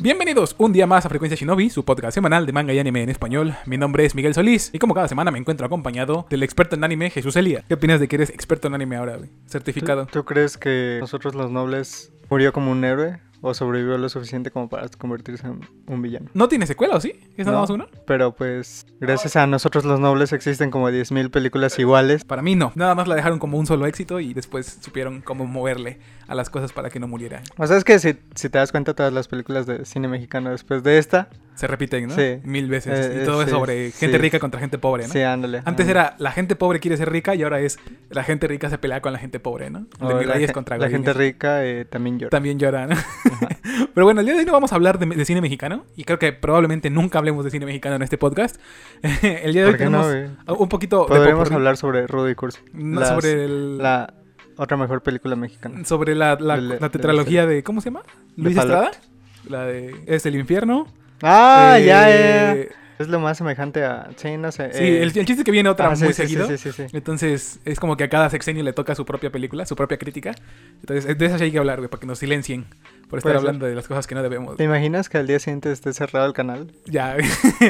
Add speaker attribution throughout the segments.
Speaker 1: Bienvenidos un día más a Frecuencia Shinobi, su podcast semanal de manga y anime en español. Mi nombre es Miguel Solís y como cada semana me encuentro acompañado del experto en anime Jesús Elía. ¿Qué opinas de que eres experto en anime ahora, güey? Certificado.
Speaker 2: ¿Tú crees que nosotros los nobles murió como un héroe o sobrevivió lo suficiente como para convertirse en un villano?
Speaker 1: ¿No tiene secuela o sí? ¿Es nada
Speaker 2: No,
Speaker 1: más una?
Speaker 2: Pero pues gracias a nosotros los nobles existen como 10.000 películas iguales.
Speaker 1: Para mí no. Nada más la dejaron como un solo éxito y después supieron cómo moverle a las cosas para que no muriera.
Speaker 2: O sea, es que si, si te das cuenta todas las películas de cine mexicano después de esta,
Speaker 1: Se repiten, ¿no?
Speaker 2: Sí.
Speaker 1: Mil veces.
Speaker 2: Eh,
Speaker 1: y todo
Speaker 2: eh,
Speaker 1: es
Speaker 2: sí,
Speaker 1: sobre
Speaker 2: sí.
Speaker 1: gente rica contra gente pobre, ¿no?
Speaker 2: sí, ándale.
Speaker 1: Antes
Speaker 2: ándale.
Speaker 1: era la gente pobre quiere ser rica y ahora es la gente rica se pelea con la gente pobre, ¿no?
Speaker 2: O
Speaker 1: De mis
Speaker 2: la,
Speaker 1: reyes
Speaker 2: gen-
Speaker 1: contra
Speaker 2: la
Speaker 1: Godines.
Speaker 2: gente rica eh, también llora.
Speaker 1: También lloran. Pero bueno, el día de hoy no vamos a hablar de, de cine mexicano. Y creo que probablemente nunca hablemos de cine mexicano en este podcast. el día de hoy
Speaker 2: ¿Por qué no?
Speaker 1: tenemos
Speaker 2: güey?
Speaker 1: un poquito de
Speaker 2: Podríamos
Speaker 1: popurrí.
Speaker 2: hablar sobre Rudy Cursi.
Speaker 1: No,
Speaker 2: las-
Speaker 1: sobre el-
Speaker 2: La otra mejor película mexicana.
Speaker 1: sobre la, la-
Speaker 2: de la-
Speaker 1: la
Speaker 2: de la
Speaker 1: tetralogía de. ¿Cómo se llama? Luis
Speaker 2: Palot.
Speaker 1: Estrada. La de Es el infierno.
Speaker 2: Ah, ya, ya, ya.
Speaker 1: Eh,
Speaker 2: Es lo más semejante a... Sí, no sé.
Speaker 1: Sí,
Speaker 2: eh,
Speaker 1: el, el chiste es que viene otra
Speaker 2: ah, sí,
Speaker 1: muy
Speaker 2: sí, sí,
Speaker 1: seguido.
Speaker 2: sí, sí, sí.
Speaker 1: Entonces, es como que a cada sexenio le toca su propia película, su propia crítica. Entonces, de esas hay que hablar, güey, para que nos silencien por estar
Speaker 2: Puede ser.
Speaker 1: hablando de las cosas que no debemos.
Speaker 2: ¿Te imaginas que al día siguiente esté cerrado el canal?
Speaker 1: Ya,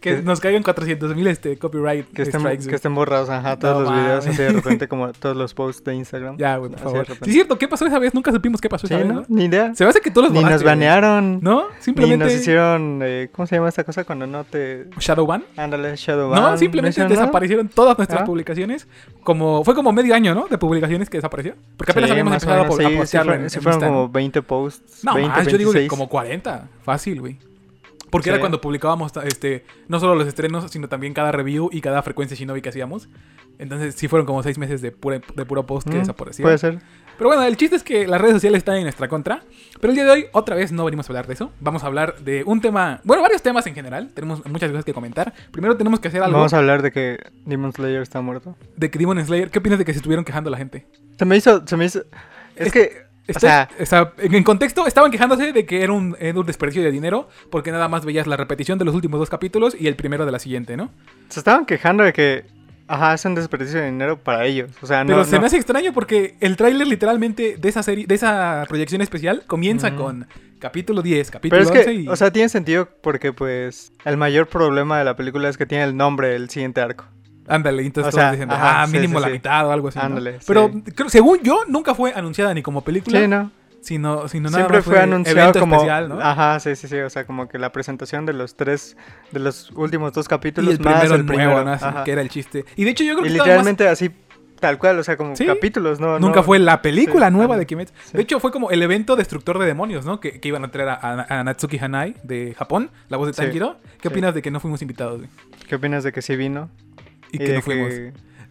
Speaker 1: que nos caigan 400 mil este, copyright
Speaker 2: Que estén,
Speaker 1: strikes,
Speaker 2: que
Speaker 1: güey.
Speaker 2: estén borrados, ajá,
Speaker 1: No
Speaker 2: todos los videos
Speaker 1: mames.
Speaker 2: así de repente, como todos los posts de Instagram.
Speaker 1: Ya, güey, por
Speaker 2: Así de
Speaker 1: favor.
Speaker 2: repente.
Speaker 1: Sí, es cierto, ¿qué pasó esa vez? Nunca supimos qué pasó
Speaker 2: Sí,
Speaker 1: esa vez,
Speaker 2: ¿no?
Speaker 1: ¿no?
Speaker 2: Ni idea.
Speaker 1: Se me hace que tú los
Speaker 2: Ni nos
Speaker 1: borraste, güey.
Speaker 2: banearon.
Speaker 1: ¿No?
Speaker 2: Ni
Speaker 1: Simplemente...
Speaker 2: nos hicieron, eh, ¿cómo se llama esta cosa cuando no te...
Speaker 1: ¿Shadow ban?
Speaker 2: Ándale, Shadow
Speaker 1: No, simplemente desaparecieron todas nuestras
Speaker 2: Ah.
Speaker 1: publicaciones. Como, fue como medio año, ¿no? De publicaciones que desapareció. Porque apenas habíamos empezado a po- a postearlo en,
Speaker 2: Sí,
Speaker 1: en
Speaker 2: fueron
Speaker 1: Insta,
Speaker 2: como 20 posts,
Speaker 1: No,
Speaker 2: 20,
Speaker 1: más, yo digo que
Speaker 2: 26.
Speaker 1: como 40. Fácil, güey. Porque
Speaker 2: Sí.
Speaker 1: era cuando publicábamos ta- este, no solo los estrenos, sino también cada review y cada frecuencia shinobi que hacíamos. Entonces sí fueron como seis meses de, pura- de puro post que
Speaker 2: Mm,
Speaker 1: desaparecía.
Speaker 2: Puede ser.
Speaker 1: Pero bueno, el chiste es que las redes sociales están en nuestra contra. Pero el día de hoy, otra vez, no venimos a hablar de eso. Vamos a hablar de un tema, bueno, varios temas en general. Tenemos muchas cosas que comentar. Primero tenemos que hacer algo
Speaker 2: Vamos a hablar de que Demon Slayer está muerto.
Speaker 1: de que Demon Slayer. ¿Qué opinas de que se estuvieron quejando la gente?
Speaker 2: Se me hizo, se me hizo... Es,
Speaker 1: Es-
Speaker 2: que, o
Speaker 1: Está-
Speaker 2: sea,
Speaker 1: está- en en contexto, estaban quejándose de que era un, era un desperdicio de dinero porque nada más veías la repetición de los últimos dos capítulos y el primero de la siguiente, ¿no?
Speaker 2: se estaban quejando de que, ajá, es un desperdicio de dinero para ellos. O sea, Ah, no,
Speaker 1: Pero se
Speaker 2: no.
Speaker 1: me hace extraño porque el tráiler literalmente de esa serie, de esa proyección especial comienza
Speaker 2: Ujú.
Speaker 1: con capítulo 10, capítulo
Speaker 2: Pero es
Speaker 1: 11
Speaker 2: que,
Speaker 1: y...
Speaker 2: o sea, tiene sentido porque, pues, el mayor problema de la película es que tiene el nombre del siguiente arco.
Speaker 1: ándale, y entonces
Speaker 2: o sea,
Speaker 1: todos dicen,
Speaker 2: ajá,
Speaker 1: ah,
Speaker 2: sí,
Speaker 1: mínimo
Speaker 2: sí,
Speaker 1: la
Speaker 2: sí.
Speaker 1: mitad o algo así. ¿no?
Speaker 2: Ándale, sí.
Speaker 1: Pero creo- según yo, nunca fue anunciada ni como película,
Speaker 2: Sí, ¿no?
Speaker 1: sino, sino nada
Speaker 2: Siempre
Speaker 1: más
Speaker 2: fue anunciado
Speaker 1: evento
Speaker 2: como... ah,
Speaker 1: especial, ¿no?
Speaker 2: Ajá, sí, sí, sí. O sea, como que la presentación de los tres, de los últimos dos
Speaker 1: y
Speaker 2: capítulos
Speaker 1: el
Speaker 2: más
Speaker 1: primero
Speaker 2: el primero.
Speaker 1: nuevo, ¿no? Así
Speaker 2: ajá.
Speaker 1: que era el chiste. Y de hecho yo creo
Speaker 2: Y
Speaker 1: que estaba más-
Speaker 2: literalmente así, tal cual, o sea, como
Speaker 1: Sí.
Speaker 2: capítulos, ¿no?
Speaker 1: Nunca
Speaker 2: no-
Speaker 1: fue la película
Speaker 2: sí,
Speaker 1: nueva
Speaker 2: ajá,
Speaker 1: de Kimetsu. De hecho, fue como el evento destructor de demonios, ¿no? Que, que iban a traer a, a- a Natsuki Hanai de Japón, la voz de
Speaker 2: Sí,
Speaker 1: Tanjiro. ¿Qué
Speaker 2: sí.
Speaker 1: opinas de que no fuimos invitados? güey?
Speaker 2: ¿Qué opinas de que sí vino?
Speaker 1: Y, que
Speaker 2: de
Speaker 1: no fuimos.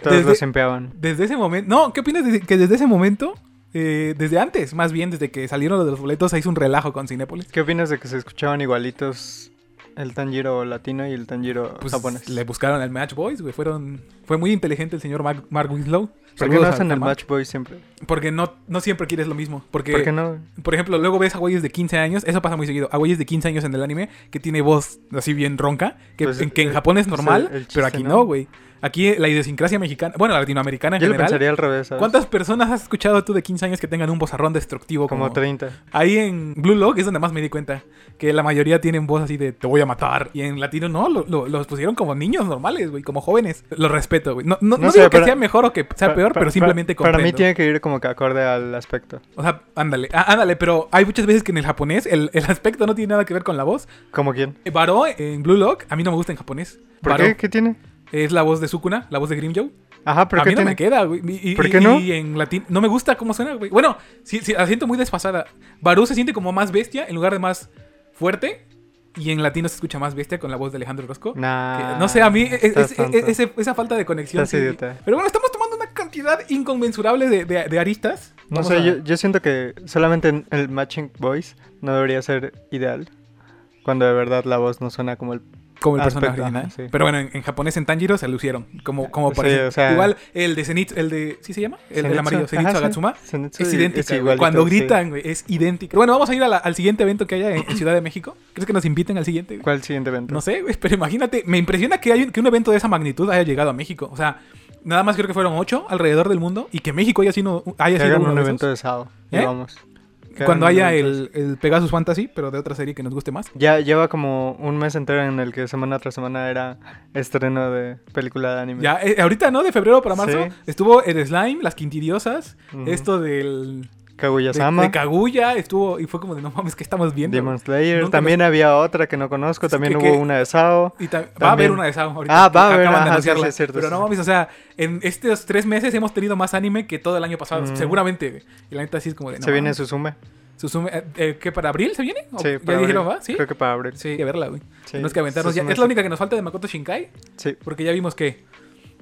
Speaker 2: Todos
Speaker 1: Desde-
Speaker 2: los empeaban.
Speaker 1: Desde ese momento. No, ¿qué opinas de que desde ese momento? eh, desde antes, más bien, desde que salieron los boletos, se hizo un relajo con Cinépolis.
Speaker 2: ¿Qué opinas de que se escuchaban igualitos el Tanjiro latino y el Tanjiro
Speaker 1: Pues
Speaker 2: japonés?
Speaker 1: le buscaron al Match Boys, güey. Fueron. Fue muy inteligente el señor Mark, Mark Winslow.
Speaker 2: ¿Por qué
Speaker 1: Saludos
Speaker 2: no
Speaker 1: a-
Speaker 2: hacen
Speaker 1: a
Speaker 2: el
Speaker 1: Mark.
Speaker 2: Match Boy siempre?
Speaker 1: Porque no, no siempre quieres lo mismo. Porque
Speaker 2: ¿Por qué no?
Speaker 1: Por ejemplo, luego ves a güeyes de 15 años, eso pasa muy seguido, a güeyes de 15 años en el anime que tiene voz así bien ronca, que,
Speaker 2: Pues,
Speaker 1: en, que en
Speaker 2: eh,
Speaker 1: Japón es
Speaker 2: pues,
Speaker 1: normal,
Speaker 2: el- el chiste,
Speaker 1: pero aquí
Speaker 2: ¿no?
Speaker 1: no, güey. Aquí la idiosincrasia mexicana, bueno, la latinoamericana en
Speaker 2: Yo lo
Speaker 1: general.
Speaker 2: pensaría al revés, ¿sabes?
Speaker 1: ¿Cuántas personas has escuchado tú de 15 años que tengan un vozarrón destructivo como,
Speaker 2: Como 30.
Speaker 1: Ahí en Blue Lock es donde más me di cuenta que la mayoría tienen voz así de te voy a matar. Y en latino no, lo- lo- los pusieron como niños normales, güey, como jóvenes. Los respeto, güey. No, no-
Speaker 2: No
Speaker 1: no
Speaker 2: sé,
Speaker 1: digo que
Speaker 2: para-
Speaker 1: sea mejor o que sea
Speaker 2: Pa-
Speaker 1: peor,
Speaker 2: pa-
Speaker 1: pero
Speaker 2: pa-
Speaker 1: simplemente
Speaker 2: Para mí
Speaker 1: comprendo.
Speaker 2: tiene que ir como que acorde al aspecto.
Speaker 1: O sea, ándale, á- ándale, pero hay muchas veces que en el japonés el, el aspecto no tiene nada que ver con la voz.
Speaker 2: ¿Como quién?
Speaker 1: Eh, Baro en Blue Lock, a mí no me gusta en japonés.
Speaker 2: ¿Por
Speaker 1: Baro
Speaker 2: qué? ¿Qué tiene?
Speaker 1: es la voz de Sukuna, la voz de Grimjow.
Speaker 2: Ajá, pero
Speaker 1: A
Speaker 2: ¿qué
Speaker 1: mí no
Speaker 2: tiene?
Speaker 1: me queda, güey. Y, y-
Speaker 2: ¿Por qué
Speaker 1: y-
Speaker 2: no?
Speaker 1: Y en latín, no me gusta cómo suena, güey. Bueno, sí, sí, la siento muy desfasada. Baro se siente como más bestia en lugar de más fuerte. Y en latino se escucha más bestia con la voz de Alejandro Rosco.
Speaker 2: Nah,
Speaker 1: Que, no sé, a mí e- e-
Speaker 2: estás
Speaker 1: e-
Speaker 2: tonto.
Speaker 1: e- ese- esa falta de conexión.
Speaker 2: Estás idiota.
Speaker 1: Pero bueno, estamos tomando una cantidad inconmensurable de, de- de aristas.
Speaker 2: No
Speaker 1: Vamos
Speaker 2: sé,
Speaker 1: a-
Speaker 2: yo, yo siento que solamente en el matching voice no debería ser ideal. Cuando de verdad la voz no suena como el...
Speaker 1: Como el
Speaker 2: Aspecto,
Speaker 1: personaje original.
Speaker 2: ajá, sí.
Speaker 1: Pero bueno, en, en japonés en Tanjiro se lucieron. Como, como
Speaker 2: Sí,
Speaker 1: parece.
Speaker 2: o sea-
Speaker 1: Igual el de Zenitsu, el de. ¿Sí se llama? El, el
Speaker 2: Zenitsu.
Speaker 1: amarillo,
Speaker 2: Ajá,
Speaker 1: Zenitsu
Speaker 2: sí.
Speaker 1: Agatsuma.
Speaker 2: Zenitsu
Speaker 1: Es
Speaker 2: y-
Speaker 1: idéntica.
Speaker 2: es
Speaker 1: güey.
Speaker 2: igualito,
Speaker 1: Cuando
Speaker 2: sí.
Speaker 1: gritan, güey, es idéntica. Bueno, vamos a ir a la- al siguiente evento que haya en, en Ciudad de México. ¿Crees que nos inviten al siguiente? güey?
Speaker 2: ¿Cuál siguiente evento?
Speaker 1: No sé, güey, pero imagínate. Me impresiona que, hay un, que un evento de esa magnitud haya llegado a México. O sea, nada más creo que fueron ocho alrededor del mundo y que México haya sido, haya
Speaker 2: Que
Speaker 1: sido
Speaker 2: hagan
Speaker 1: uno
Speaker 2: un
Speaker 1: de esos.
Speaker 2: evento de sábado. y
Speaker 1: ¿Eh?
Speaker 2: vamos.
Speaker 1: cuando haya
Speaker 2: Entonces,
Speaker 1: el, el Pegasus Fantasy, pero de otra serie que nos guste más.
Speaker 2: Ya lleva como un mes entero en el que semana tras semana era estreno de película de anime.
Speaker 1: Ya, eh, ahorita, ¿no? De febrero para marzo
Speaker 2: Sí.
Speaker 1: estuvo el Slime, las Quintidiosas,
Speaker 2: Ujú.
Speaker 1: esto del...
Speaker 2: Kaguya-sama,
Speaker 1: De, de Kaguya, estuvo... Y fue como de, no mames, ¿qué estamos viendo?
Speaker 2: Demon Slayer.
Speaker 1: Nunca
Speaker 2: también había otra que no conozco.
Speaker 1: Sí,
Speaker 2: También
Speaker 1: que-
Speaker 2: hubo
Speaker 1: que-
Speaker 2: una de Sao.
Speaker 1: Y ta- va a haber
Speaker 2: También.
Speaker 1: una de Sao ahorita.
Speaker 2: Ah, va a
Speaker 1: que
Speaker 2: haber,
Speaker 1: acaban de
Speaker 2: ajá, sí, sí,
Speaker 1: anunciarla.
Speaker 2: es cierto,
Speaker 1: Pero
Speaker 2: sí,
Speaker 1: no
Speaker 2: sí.
Speaker 1: mames, o sea, en estos tres meses hemos tenido más anime que todo el año pasado,
Speaker 2: Mm.
Speaker 1: seguramente. güey. Y la neta sí es como de. no
Speaker 2: se viene
Speaker 1: mames.
Speaker 2: Suzume.
Speaker 1: Suzume- eh, eh, ¿Qué para abril se viene? ¿O
Speaker 2: Sí,
Speaker 1: ¿Ya
Speaker 2: para
Speaker 1: dijeron,
Speaker 2: abril.
Speaker 1: va? Sí.
Speaker 2: Creo que para abril.
Speaker 1: Sí, hay que verla, güey.
Speaker 2: Sí,
Speaker 1: Tenemos que aventarnos. ya.
Speaker 2: Suzume
Speaker 1: Es la única que nos falta de Makoto Shinkai,
Speaker 2: Sí.
Speaker 1: porque ya vimos que.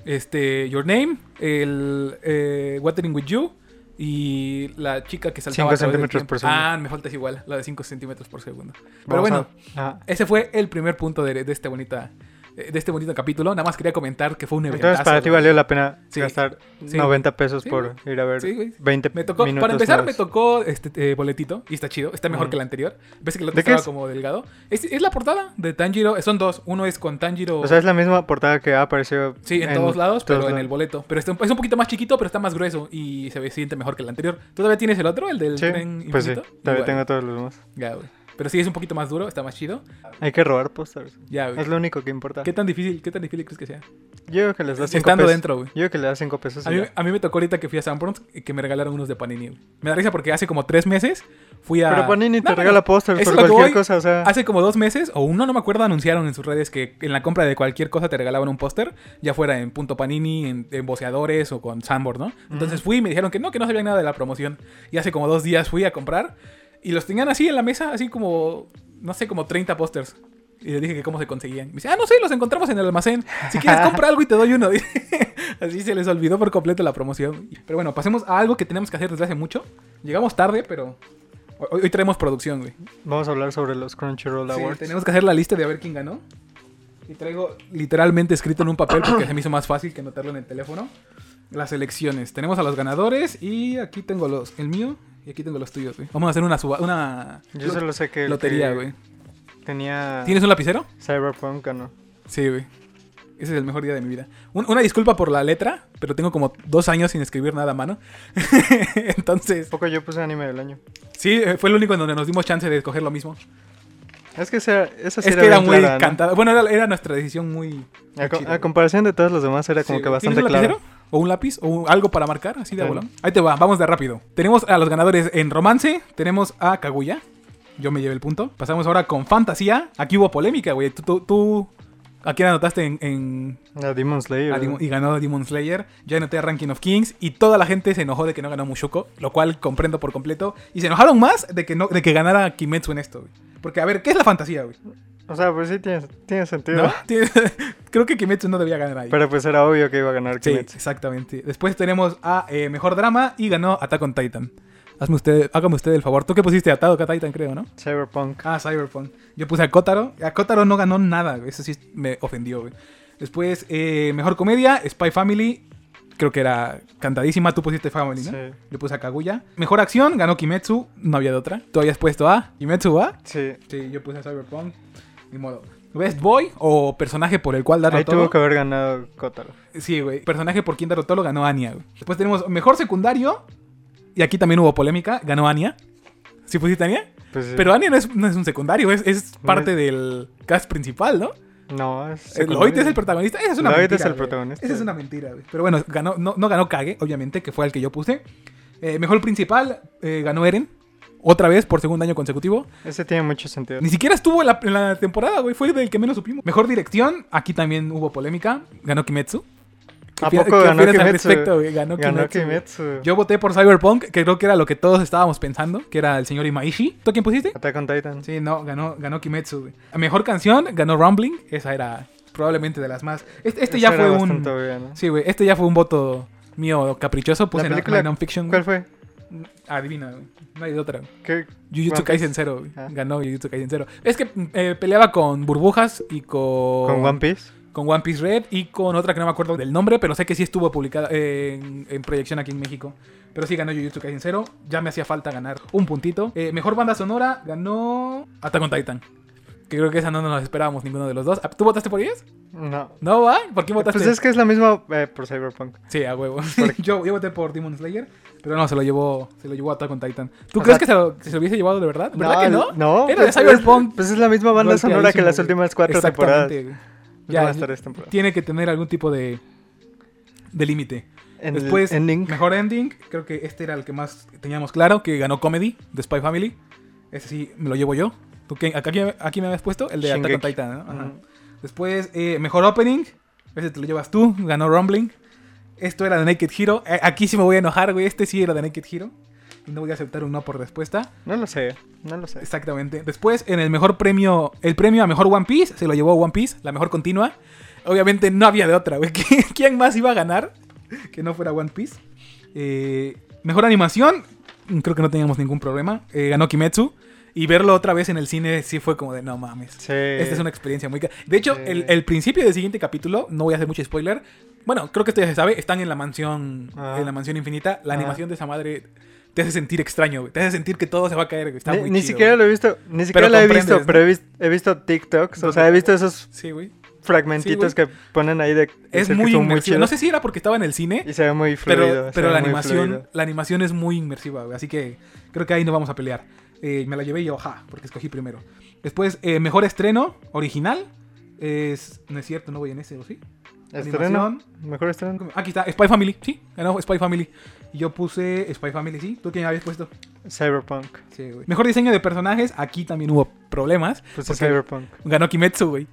Speaker 1: Este, Your Name, el eh, Watering with You y la chica que saltaba.
Speaker 2: Cinco
Speaker 1: a través del
Speaker 2: centímetros por
Speaker 1: tiempo.
Speaker 2: segundo.
Speaker 1: Ah, me falta es igual, la de 5 centímetros por segundo. Pero
Speaker 2: Vamos
Speaker 1: bueno.
Speaker 2: a- ajá.
Speaker 1: Ese fue el primer punto de, de este bonita eh, de este bonito capítulo. Nada más quería comentar que fue un evento.
Speaker 2: Entonces, para ti valió la pena
Speaker 1: Sí.
Speaker 2: gastar
Speaker 1: Sí.
Speaker 2: 90 pesos
Speaker 1: Sí,
Speaker 2: por ir a ver
Speaker 1: Sí, güey.
Speaker 2: 20
Speaker 1: Me tocó,
Speaker 2: minutos.
Speaker 1: para empezar,
Speaker 2: más.
Speaker 1: me tocó este eh, boletito y está chido, está mejor
Speaker 2: Ujú.
Speaker 1: que el anterior. Ves que el otro
Speaker 2: ¿De qué
Speaker 1: estaba
Speaker 2: es?
Speaker 1: como delgado. Es, es la portada de Tanjiro, son dos. Uno es con Tanjiro.
Speaker 2: O sea, es la misma portada que ha aparecido
Speaker 1: Sí, en, todos lados, pero
Speaker 2: todos
Speaker 1: en el
Speaker 2: lados.
Speaker 1: boleto. Pero está un- es un poquito más chiquito, pero está más grueso y se ve, siente mejor que el anterior. ¿Tú todavía tienes el otro, el del tren
Speaker 2: Sí, pues sí,
Speaker 1: infinito? Igual.
Speaker 2: todavía tengo todos los demás.
Speaker 1: Ya, güey. Pero sí, es un poquito más duro, está más chido.
Speaker 2: Hay que robar pósters.
Speaker 1: Ya, güey.
Speaker 2: Es lo único que importa.
Speaker 1: ¿Qué tan difícil, qué tan difícil crees que sea?
Speaker 2: Yo creo que les das 5 pesos.
Speaker 1: Estando dentro, güey.
Speaker 2: Yo creo que le das 5 pesos. y
Speaker 1: A mí,
Speaker 2: ya.
Speaker 1: a mí me tocó ahorita que fui a Sanborns y que me regalaron unos de Panini. güey. Me da risa porque hace como tres meses fui a.
Speaker 2: Pero Panini
Speaker 1: No,
Speaker 2: te
Speaker 1: no,
Speaker 2: regala
Speaker 1: no.
Speaker 2: pósters
Speaker 1: Eso es
Speaker 2: por
Speaker 1: lo que
Speaker 2: cualquier
Speaker 1: voy.
Speaker 2: cosa, o sea.
Speaker 1: Hace como dos meses o uno, no me acuerdo, anunciaron en sus redes que en la compra de cualquier cosa te regalaban un póster, ya fuera en Punto Panini, en, en Boceadores o con Sanborns, ¿no? Entonces fui y me dijeron que no, que no sabían nada de la promoción. Y hace como dos días fui a comprar y los tenían así en la mesa, así como, no sé, como 30 pósters. Y le dije que cómo se conseguían. Me dice, ah, no sé, los encontramos en el almacén. Si quieres, compra algo y te doy uno. Así se les olvidó por completo la promoción. Pero bueno, pasemos a algo que tenemos que hacer desde hace mucho. Llegamos tarde, pero hoy, hoy traemos producción, güey.
Speaker 2: Vamos a hablar sobre los Crunchyroll
Speaker 1: Sí,
Speaker 2: Awards.
Speaker 1: tenemos que hacer la lista de a ver quién ganó. Y traigo literalmente escrito en un papel porque se me hizo más fácil que anotarlo en el teléfono. Las elecciones. Tenemos a los ganadores y aquí tengo los, el mío y aquí tengo los tuyos, güey. Vamos a hacer una suba, una
Speaker 2: Yo solo sé que el
Speaker 1: lotería,
Speaker 2: que
Speaker 1: güey.
Speaker 2: Tenía
Speaker 1: ¿Tienes un lapicero?
Speaker 2: Cyberpunk ganó.
Speaker 1: Sí, güey. Ese es el mejor día de mi vida. Un- una disculpa por la letra, pero tengo como dos años sin escribir nada a mano. Entonces,
Speaker 2: Poco yo puse anime del año.
Speaker 1: sí, eh, fue el único en donde nos dimos chance de escoger lo mismo.
Speaker 2: Es que esa, esa sí
Speaker 1: Es
Speaker 2: Pues era,
Speaker 1: que era
Speaker 2: bien
Speaker 1: muy
Speaker 2: clara, ¿no?
Speaker 1: cantada. Bueno, era, era nuestra decisión muy.
Speaker 2: A, co-
Speaker 1: chida,
Speaker 2: a
Speaker 1: güey.
Speaker 2: comparación de todos los demás era como
Speaker 1: Sí,
Speaker 2: que
Speaker 1: güey.
Speaker 2: bastante
Speaker 1: ¿Tienes un
Speaker 2: claro. Eh.
Speaker 1: lapicero? ¿O un lápiz? ¿O un- algo para marcar? Así de
Speaker 2: Sí.
Speaker 1: volón. Ahí te va, vamos de rápido. Tenemos a los ganadores en romance, tenemos a Kaguya. Yo me llevé el punto. Pasamos ahora con fantasía. Aquí hubo polémica, güey. Tú, tú, tú- ¿a quién anotaste en, en-
Speaker 2: A Demon Slayer.
Speaker 1: a Demon- y ganó Demon Slayer? Yo anoté a Ranking of Kings y toda la gente se enojó de que no ganó Mushoku, lo cual comprendo por completo. Y se enojaron más de que no, de que ganara Kimetsu en esto, güey. Porque, a ver, ¿qué es la fantasía, güey?
Speaker 2: O sea, pues sí tiene, tiene sentido.
Speaker 1: ¿No? Creo que Kimetsu no debía ganar ahí.
Speaker 2: Pero pues era obvio que iba a ganar
Speaker 1: Sí,
Speaker 2: Kimetsu.
Speaker 1: exactamente. Después tenemos a eh, Mejor Drama y ganó Attack on Titan. Hazme usted, hágame usted el favor. Tú que pusiste atado a Titan, creo, ¿no?
Speaker 2: Cyberpunk.
Speaker 1: Ah, Cyberpunk. Yo puse a Kotaro. A Kotaro no ganó nada. güey. Eso sí me ofendió, güey. Después, eh, Mejor Comedia, Spy Family. Creo que era cantadísima. Tú pusiste Family, ¿no?
Speaker 2: Sí.
Speaker 1: Yo puse a Kaguya. Mejor Acción, ganó Kimetsu. No había de otra. Tú habías puesto a Kimetsu, ¿va?
Speaker 2: Sí.
Speaker 1: Sí, yo puse a Cyberpunk. Ni modo. Best Boy o personaje por el cual darlo
Speaker 2: Ahí
Speaker 1: todo.
Speaker 2: tuvo que haber ganado Kotaro.
Speaker 1: Sí, güey. Personaje por quien derrotó lo ganó Anya, güey. Después tenemos mejor secundario. Y aquí también hubo polémica. Ganó Anya. ¿Sí pusiste Anya?
Speaker 2: Pues sí.
Speaker 1: Pero Anya no es, no es un secundario, es, es parte del cast principal, ¿no?
Speaker 2: No, es.
Speaker 1: El Lloyd es el protagonista. Esa es una
Speaker 2: Lloyd
Speaker 1: mentira.
Speaker 2: es el
Speaker 1: güey.
Speaker 2: protagonista.
Speaker 1: Esa es una mentira, güey. Pero bueno, ganó, no, no ganó Kage, obviamente, que fue el que yo puse. Eh, mejor principal, eh, ganó Eren. Otra vez por segundo año consecutivo.
Speaker 2: Ese tiene mucho sentido.
Speaker 1: Ni siquiera estuvo en la, en la temporada, güey. Fue del que menos supimos. Mejor dirección, aquí también hubo polémica. Ganó Kimetsu.
Speaker 2: ¿A
Speaker 1: ¿Qué
Speaker 2: poco ganó
Speaker 1: opinas al
Speaker 2: Kimetsu?
Speaker 1: respecto, güey? Ganó
Speaker 2: Ganó
Speaker 1: Kimetsu, güey.
Speaker 2: Kimetsu.
Speaker 1: Yo voté por Cyberpunk, que creo que era lo que todos estábamos pensando, que era el señor Imaishi. ¿Tú a quién pusiste?
Speaker 2: Attack on Titan.
Speaker 1: Sí, no, ganó, ganó Kimetsu. güey. A Mejor canción, ganó Rumbling. Esa era probablemente de las más. Este, este
Speaker 2: Ese
Speaker 1: ya
Speaker 2: era
Speaker 1: fue un.
Speaker 2: bastante obvio, ¿no?
Speaker 1: Sí, güey. Este ya fue un voto mío caprichoso. Puse
Speaker 2: ¿La
Speaker 1: no-
Speaker 2: película
Speaker 1: My Nonfiction.
Speaker 2: ¿Cuál
Speaker 1: güey.
Speaker 2: fue?
Speaker 1: Adivina, güey. No hay de otra. güey.
Speaker 2: ¿Qué?
Speaker 1: Jujutsu
Speaker 2: One
Speaker 1: Kaisen 0, güey.
Speaker 2: Ah.
Speaker 1: Ganó Jujutsu Kaisen 0. Es que eh, peleaba con Burbujas y con.
Speaker 2: ¿Con One Piece?
Speaker 1: con One Piece Red y con otra que no me acuerdo del nombre, pero sé que sí estuvo publicada eh, en, en proyección aquí en México. Pero sí ganó Jujutsu Kaisen 0. Ya me hacía falta ganar un puntito. Eh, mejor banda sonora ganó Attack on Titan. Que Que creo que esa no nos la esperábamos ninguno de los dos. Ah, ¿Tú votaste por ellas?
Speaker 2: No.
Speaker 1: ¿No, va? ¿Por quién votaste?
Speaker 2: Pues es que es la misma eh, por Cyberpunk.
Speaker 1: Sí, a huevo.
Speaker 2: Por-
Speaker 1: Yo, yo voté por Demon Slayer, pero no, se lo llevó, se lo llevó Attack on Titan. ¿Tú
Speaker 2: O
Speaker 1: crees
Speaker 2: sea-
Speaker 1: que se lo, se lo hubiese llevado de verdad? ¿Verdad que no?
Speaker 2: Ah, No.
Speaker 1: Era de
Speaker 2: pues es-
Speaker 1: Cyberpunk.
Speaker 2: Pues es la misma banda sonora que las
Speaker 1: Golpeadísimo,
Speaker 2: últimas cuatro temporadas.
Speaker 1: Exactamente.
Speaker 2: Ya.
Speaker 1: Ya,
Speaker 2: Las tres temporadas.
Speaker 1: tiene que tener algún tipo de, de límite.
Speaker 2: En
Speaker 1: Después,
Speaker 2: el ending.
Speaker 1: mejor ending, creo que este era el que más teníamos claro, que ganó Comedy, de Spy Family. Ese sí me lo llevo yo. ¿Tú qué? Acá- Aquí, aquí me habías puesto el de Attack
Speaker 2: Shingeki.
Speaker 1: on Titan, ¿no? Ajá.
Speaker 2: Ujú.
Speaker 1: Después, eh, mejor opening, ese te lo llevas tú, ganó Rumbling. Esto era de Naked Hero. Eh, aquí sí me voy a enojar, güey. Este sí era de Naked Hero. Y no voy a aceptar un no por respuesta.
Speaker 2: No lo sé. No lo sé.
Speaker 1: Exactamente. Después, en el mejor premio, el premio a mejor One Piece, se lo llevó One Piece, la mejor continua. Obviamente no había de otra, güey. ¿Qui- ¿Quién más iba a ganar que no fuera One Piece? Eh, mejor animación, creo que no teníamos ningún problema. Eh, ganó Kimetsu. Y verlo otra vez en el cine sí fue como de no mames.
Speaker 2: Sí.
Speaker 1: Esta es una experiencia muy... ca- De hecho,
Speaker 2: Sí.
Speaker 1: el, el principio del siguiente capítulo, no voy a hacer mucho spoiler. Bueno, creo que esto ya se sabe. Están en la mansión,
Speaker 2: Ah.
Speaker 1: en la mansión infinita. La
Speaker 2: Ah.
Speaker 1: animación de esa madre te hace sentir extraño, güey. Te hace sentir que todo se va a caer, güey. Está
Speaker 2: ni,
Speaker 1: muy
Speaker 2: ni
Speaker 1: chido,
Speaker 2: siquiera
Speaker 1: güey.
Speaker 2: lo he visto, ni siquiera lo he visto,
Speaker 1: comprendes, ¿no?
Speaker 2: pero he, vis- he visto TikToks, o
Speaker 1: Donde-
Speaker 2: sea, he visto esos
Speaker 1: Sí, güey.
Speaker 2: fragmentitos que ponen ahí de
Speaker 1: Es
Speaker 2: decir que
Speaker 1: muy
Speaker 2: son
Speaker 1: inmersivo. No
Speaker 2: chidos
Speaker 1: sé si era porque estaba en el cine,
Speaker 2: y se ve muy fluido,
Speaker 1: pero,
Speaker 2: se
Speaker 1: pero
Speaker 2: ve
Speaker 1: la
Speaker 2: muy
Speaker 1: animación
Speaker 2: fluido.
Speaker 1: la animación es muy inmersiva, güey. Así que creo que ahí no vamos a pelear. Eh, me la llevé yo, ja, porque escogí primero. Después, eh, mejor estreno original. Es, no es cierto, no voy en ese, ¿o sí?
Speaker 2: Estreno, mejor estreno.
Speaker 1: Aquí está, Spy Family, sí, ganó Spy Family. Y yo puse Spy Family, sí. ¿Tú quién habías puesto?
Speaker 2: Cyberpunk.
Speaker 1: Sí, güey. Mejor diseño de personajes, aquí también hubo problemas.
Speaker 2: Pues
Speaker 1: porque
Speaker 2: Cyberpunk.
Speaker 1: Ganó Kimetsu, güey.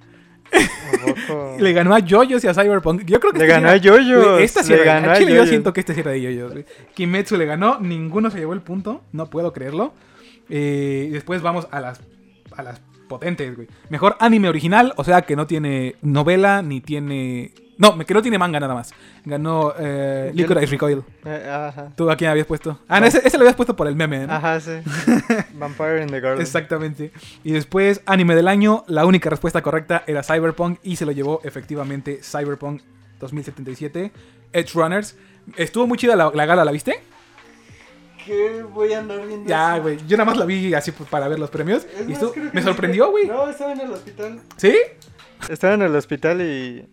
Speaker 2: Tampoco.
Speaker 1: Le ganó a JoJo's y a Cyberpunk. Yo creo que
Speaker 2: Le
Speaker 1: este
Speaker 2: ganó
Speaker 1: sí
Speaker 2: a
Speaker 1: era-
Speaker 2: Yoyos.
Speaker 1: Esta sí
Speaker 2: le
Speaker 1: era-
Speaker 2: ganó
Speaker 1: al
Speaker 2: a
Speaker 1: Chile yo
Speaker 2: Yoyos.
Speaker 1: siento que este sí era de Yoyos. güey. Kimetsu le ganó, ninguno se llevó el punto, no puedo creerlo. Eh, después vamos a las, a las potentes, güey. Mejor anime original, o sea que no tiene novela, ni tiene... No, que no tiene manga nada más. Ganó eh,
Speaker 2: Yo-
Speaker 1: Licorice Recoil.
Speaker 2: Eh, ajá.
Speaker 1: ¿Tú eh? a quién habías puesto? Ah, no, ese, ese lo habías puesto por el meme, ¿no?
Speaker 2: Ajá, sí. Vampire in the Garden.
Speaker 1: Exactamente. Y después, anime del año, la única respuesta correcta era Cyberpunk y se lo llevó efectivamente Cyberpunk 2077, Edge Runners. Estuvo muy chida la, la gala, ¿la viste?
Speaker 2: ¿Qué voy a andar viendo?
Speaker 1: Ya,
Speaker 2: eso?
Speaker 1: güey. Yo nada más la vi así pues, para ver los premios.
Speaker 2: Es
Speaker 1: y
Speaker 2: más,
Speaker 1: estuvo-
Speaker 2: creo que
Speaker 1: me
Speaker 2: ni
Speaker 1: sorprendió, güey.
Speaker 2: siquiera- No, estaba en el hospital.
Speaker 1: ¿Sí?
Speaker 2: Estaba en el hospital y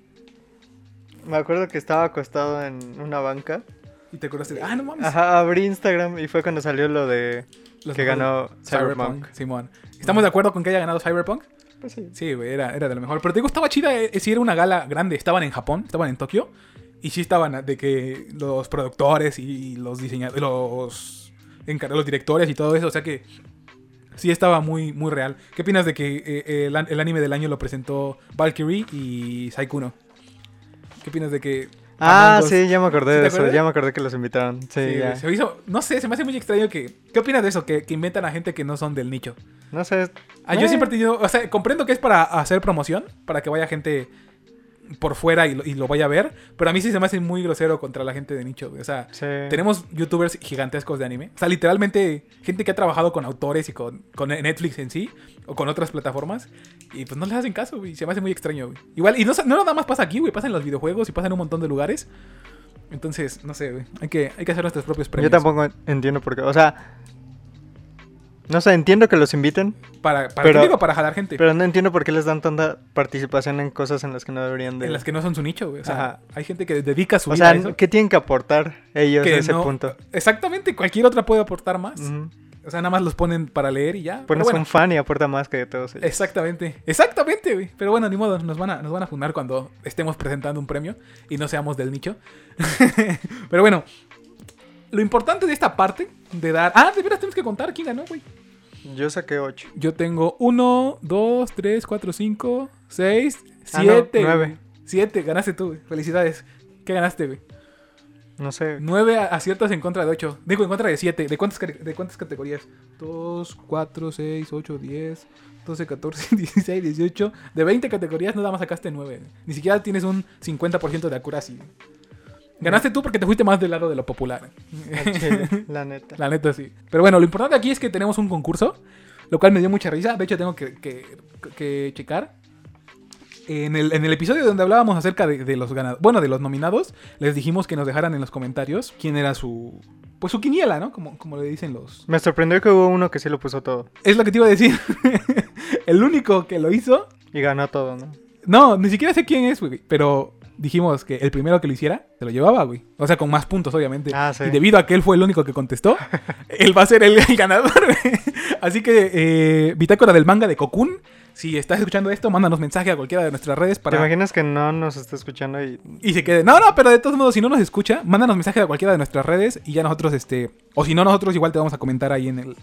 Speaker 2: me acuerdo que estaba acostado en una banca.
Speaker 1: Y te acordaste de, ah, no mames.
Speaker 2: Ajá, abrí Instagram y fue cuando salió lo de
Speaker 1: Los
Speaker 2: que
Speaker 1: mejores-
Speaker 2: ganó Cyberpunk.
Speaker 1: Simón. ¿Estamos de acuerdo con que haya ganado Cyberpunk?
Speaker 2: Pues sí.
Speaker 1: Sí, güey, era, era de lo mejor. Pero te digo, estaba chida, eh, sí era una gala grande. Estaban en Japón, estaban en Tokio. Y sí estaban ah, de que los productores y los diseñadores, los, encar- los directores y todo eso. O sea que sí estaba muy, muy real. ¿Qué opinas de que eh, el, an- el anime del año lo presentó Valkyrie y Saikuno? ¿Qué opinas de que...
Speaker 2: Ah,
Speaker 1: Among Us-
Speaker 2: sí, ya me acordé
Speaker 1: ¿Sí te
Speaker 2: de eso.
Speaker 1: acuerdas?
Speaker 2: Ya me acordé que los invitaron. Sí,
Speaker 1: Sí,
Speaker 2: ya.
Speaker 1: güey, se me hizo, no sé, se me hace muy extraño que... ¿Qué opinas de eso? Que, que inventan a gente que no son del nicho.
Speaker 2: No sé.
Speaker 1: Ah, yo
Speaker 2: eh,
Speaker 1: siempre he tenido. O sea, comprendo que es para hacer promoción, para que vaya gente por fuera y lo, y lo vaya a ver. Pero a mí sí se me hace muy grosero contra la gente de nicho. güey. O sea,
Speaker 2: Sí.
Speaker 1: tenemos youtubers gigantescos de anime. O sea, literalmente, gente que ha trabajado con autores y con, con Netflix en sí, o con otras plataformas. Y pues no les hacen caso, güey. Se me hace muy extraño, güey. Igual, y no, sa- no nada más pasa aquí, güey. Pasa en los videojuegos y pasa en un montón de lugares. Entonces, no sé, güey. Hay que, hay que hacer nuestros propios premios.
Speaker 2: Yo tampoco entiendo por qué. O sea. No sé, entiendo que los inviten,
Speaker 1: Para, para,
Speaker 2: Pero-
Speaker 1: te digo, para jalar gente.
Speaker 2: pero no entiendo por qué les dan tanta participación en cosas en las que no deberían de.
Speaker 1: en las que no son su nicho, güey. O sea,
Speaker 2: Ajá.
Speaker 1: hay gente que dedica su
Speaker 2: o
Speaker 1: vida
Speaker 2: sea,
Speaker 1: a eso.
Speaker 2: ¿qué tienen que aportar ellos
Speaker 1: que
Speaker 2: a ese
Speaker 1: no-
Speaker 2: punto?
Speaker 1: Exactamente, cualquier otra puede aportar más.
Speaker 2: Ujú. Pues
Speaker 1: O sea, nada más los ponen para leer y ya. Pero
Speaker 2: Pones
Speaker 1: bueno,
Speaker 2: un fan y aporta más que todos ellos.
Speaker 1: exactamente, exactamente, güey. Pero bueno, ni modo, nos van a, nos van a funar cuando estemos presentando un premio y no seamos del nicho. Pero bueno, lo importante de esta parte de dar. Ah, de veras tenemos que contar quién ganó, güey.
Speaker 2: Yo saqué 8.
Speaker 1: Yo tengo 1, 2, 3, 4, 5, 6,
Speaker 2: Ah, no,
Speaker 1: 7.
Speaker 2: nueve.
Speaker 1: 7, ganaste tú, güey. Felicidades. ¿Qué ganaste, güey?
Speaker 2: No sé.
Speaker 1: 9 aciertos en contra de 8. Digo, en contra de 7. ¿De cuántas, cari- de cuántas categorías? 2, 4, 6, 8, 10, 12, 14, 16, 18. De 20 categorías nada más sacaste 9. Ni siquiera tienes un 50% de accuracy. Ganaste tú porque te fuiste más del lado de lo popular.
Speaker 2: al chile, la neta.
Speaker 1: La neta sí. Pero bueno, lo importante aquí es que tenemos un concurso, lo cual me dio mucha risa. De hecho, tengo que, que- que checar. En el, en el episodio donde hablábamos acerca de, de los ganados, bueno, de los nominados, les dijimos que nos dejaran en los comentarios quién era su. Pues su quiniela, ¿no? Como, como le dicen los.
Speaker 2: Me sorprendió que hubo uno que sí lo puso todo.
Speaker 1: Es lo que te iba a decir. El único que lo hizo.
Speaker 2: Y ganó todo, ¿no?
Speaker 1: No, ni siquiera sé quién es, güey. Pero dijimos que el primero que lo hiciera se lo llevaba, güey. O sea, con más puntos, obviamente.
Speaker 2: Ah, sí.
Speaker 1: Y debido a que él fue el único que contestó, él va a ser el, el ganador, güey. Así que, eh, bitácora del manga de Kokun. Si estás escuchando esto, mándanos mensaje a cualquiera de nuestras redes
Speaker 2: ¿Te
Speaker 1: para
Speaker 2: imaginas que no nos está escuchando y
Speaker 1: y se quede. No, no, pero de todos modos, si no nos escucha, mándanos mensaje a cualquiera de nuestras redes y ya nosotros, este. O si no, nosotros igual te vamos a comentar ahí en el.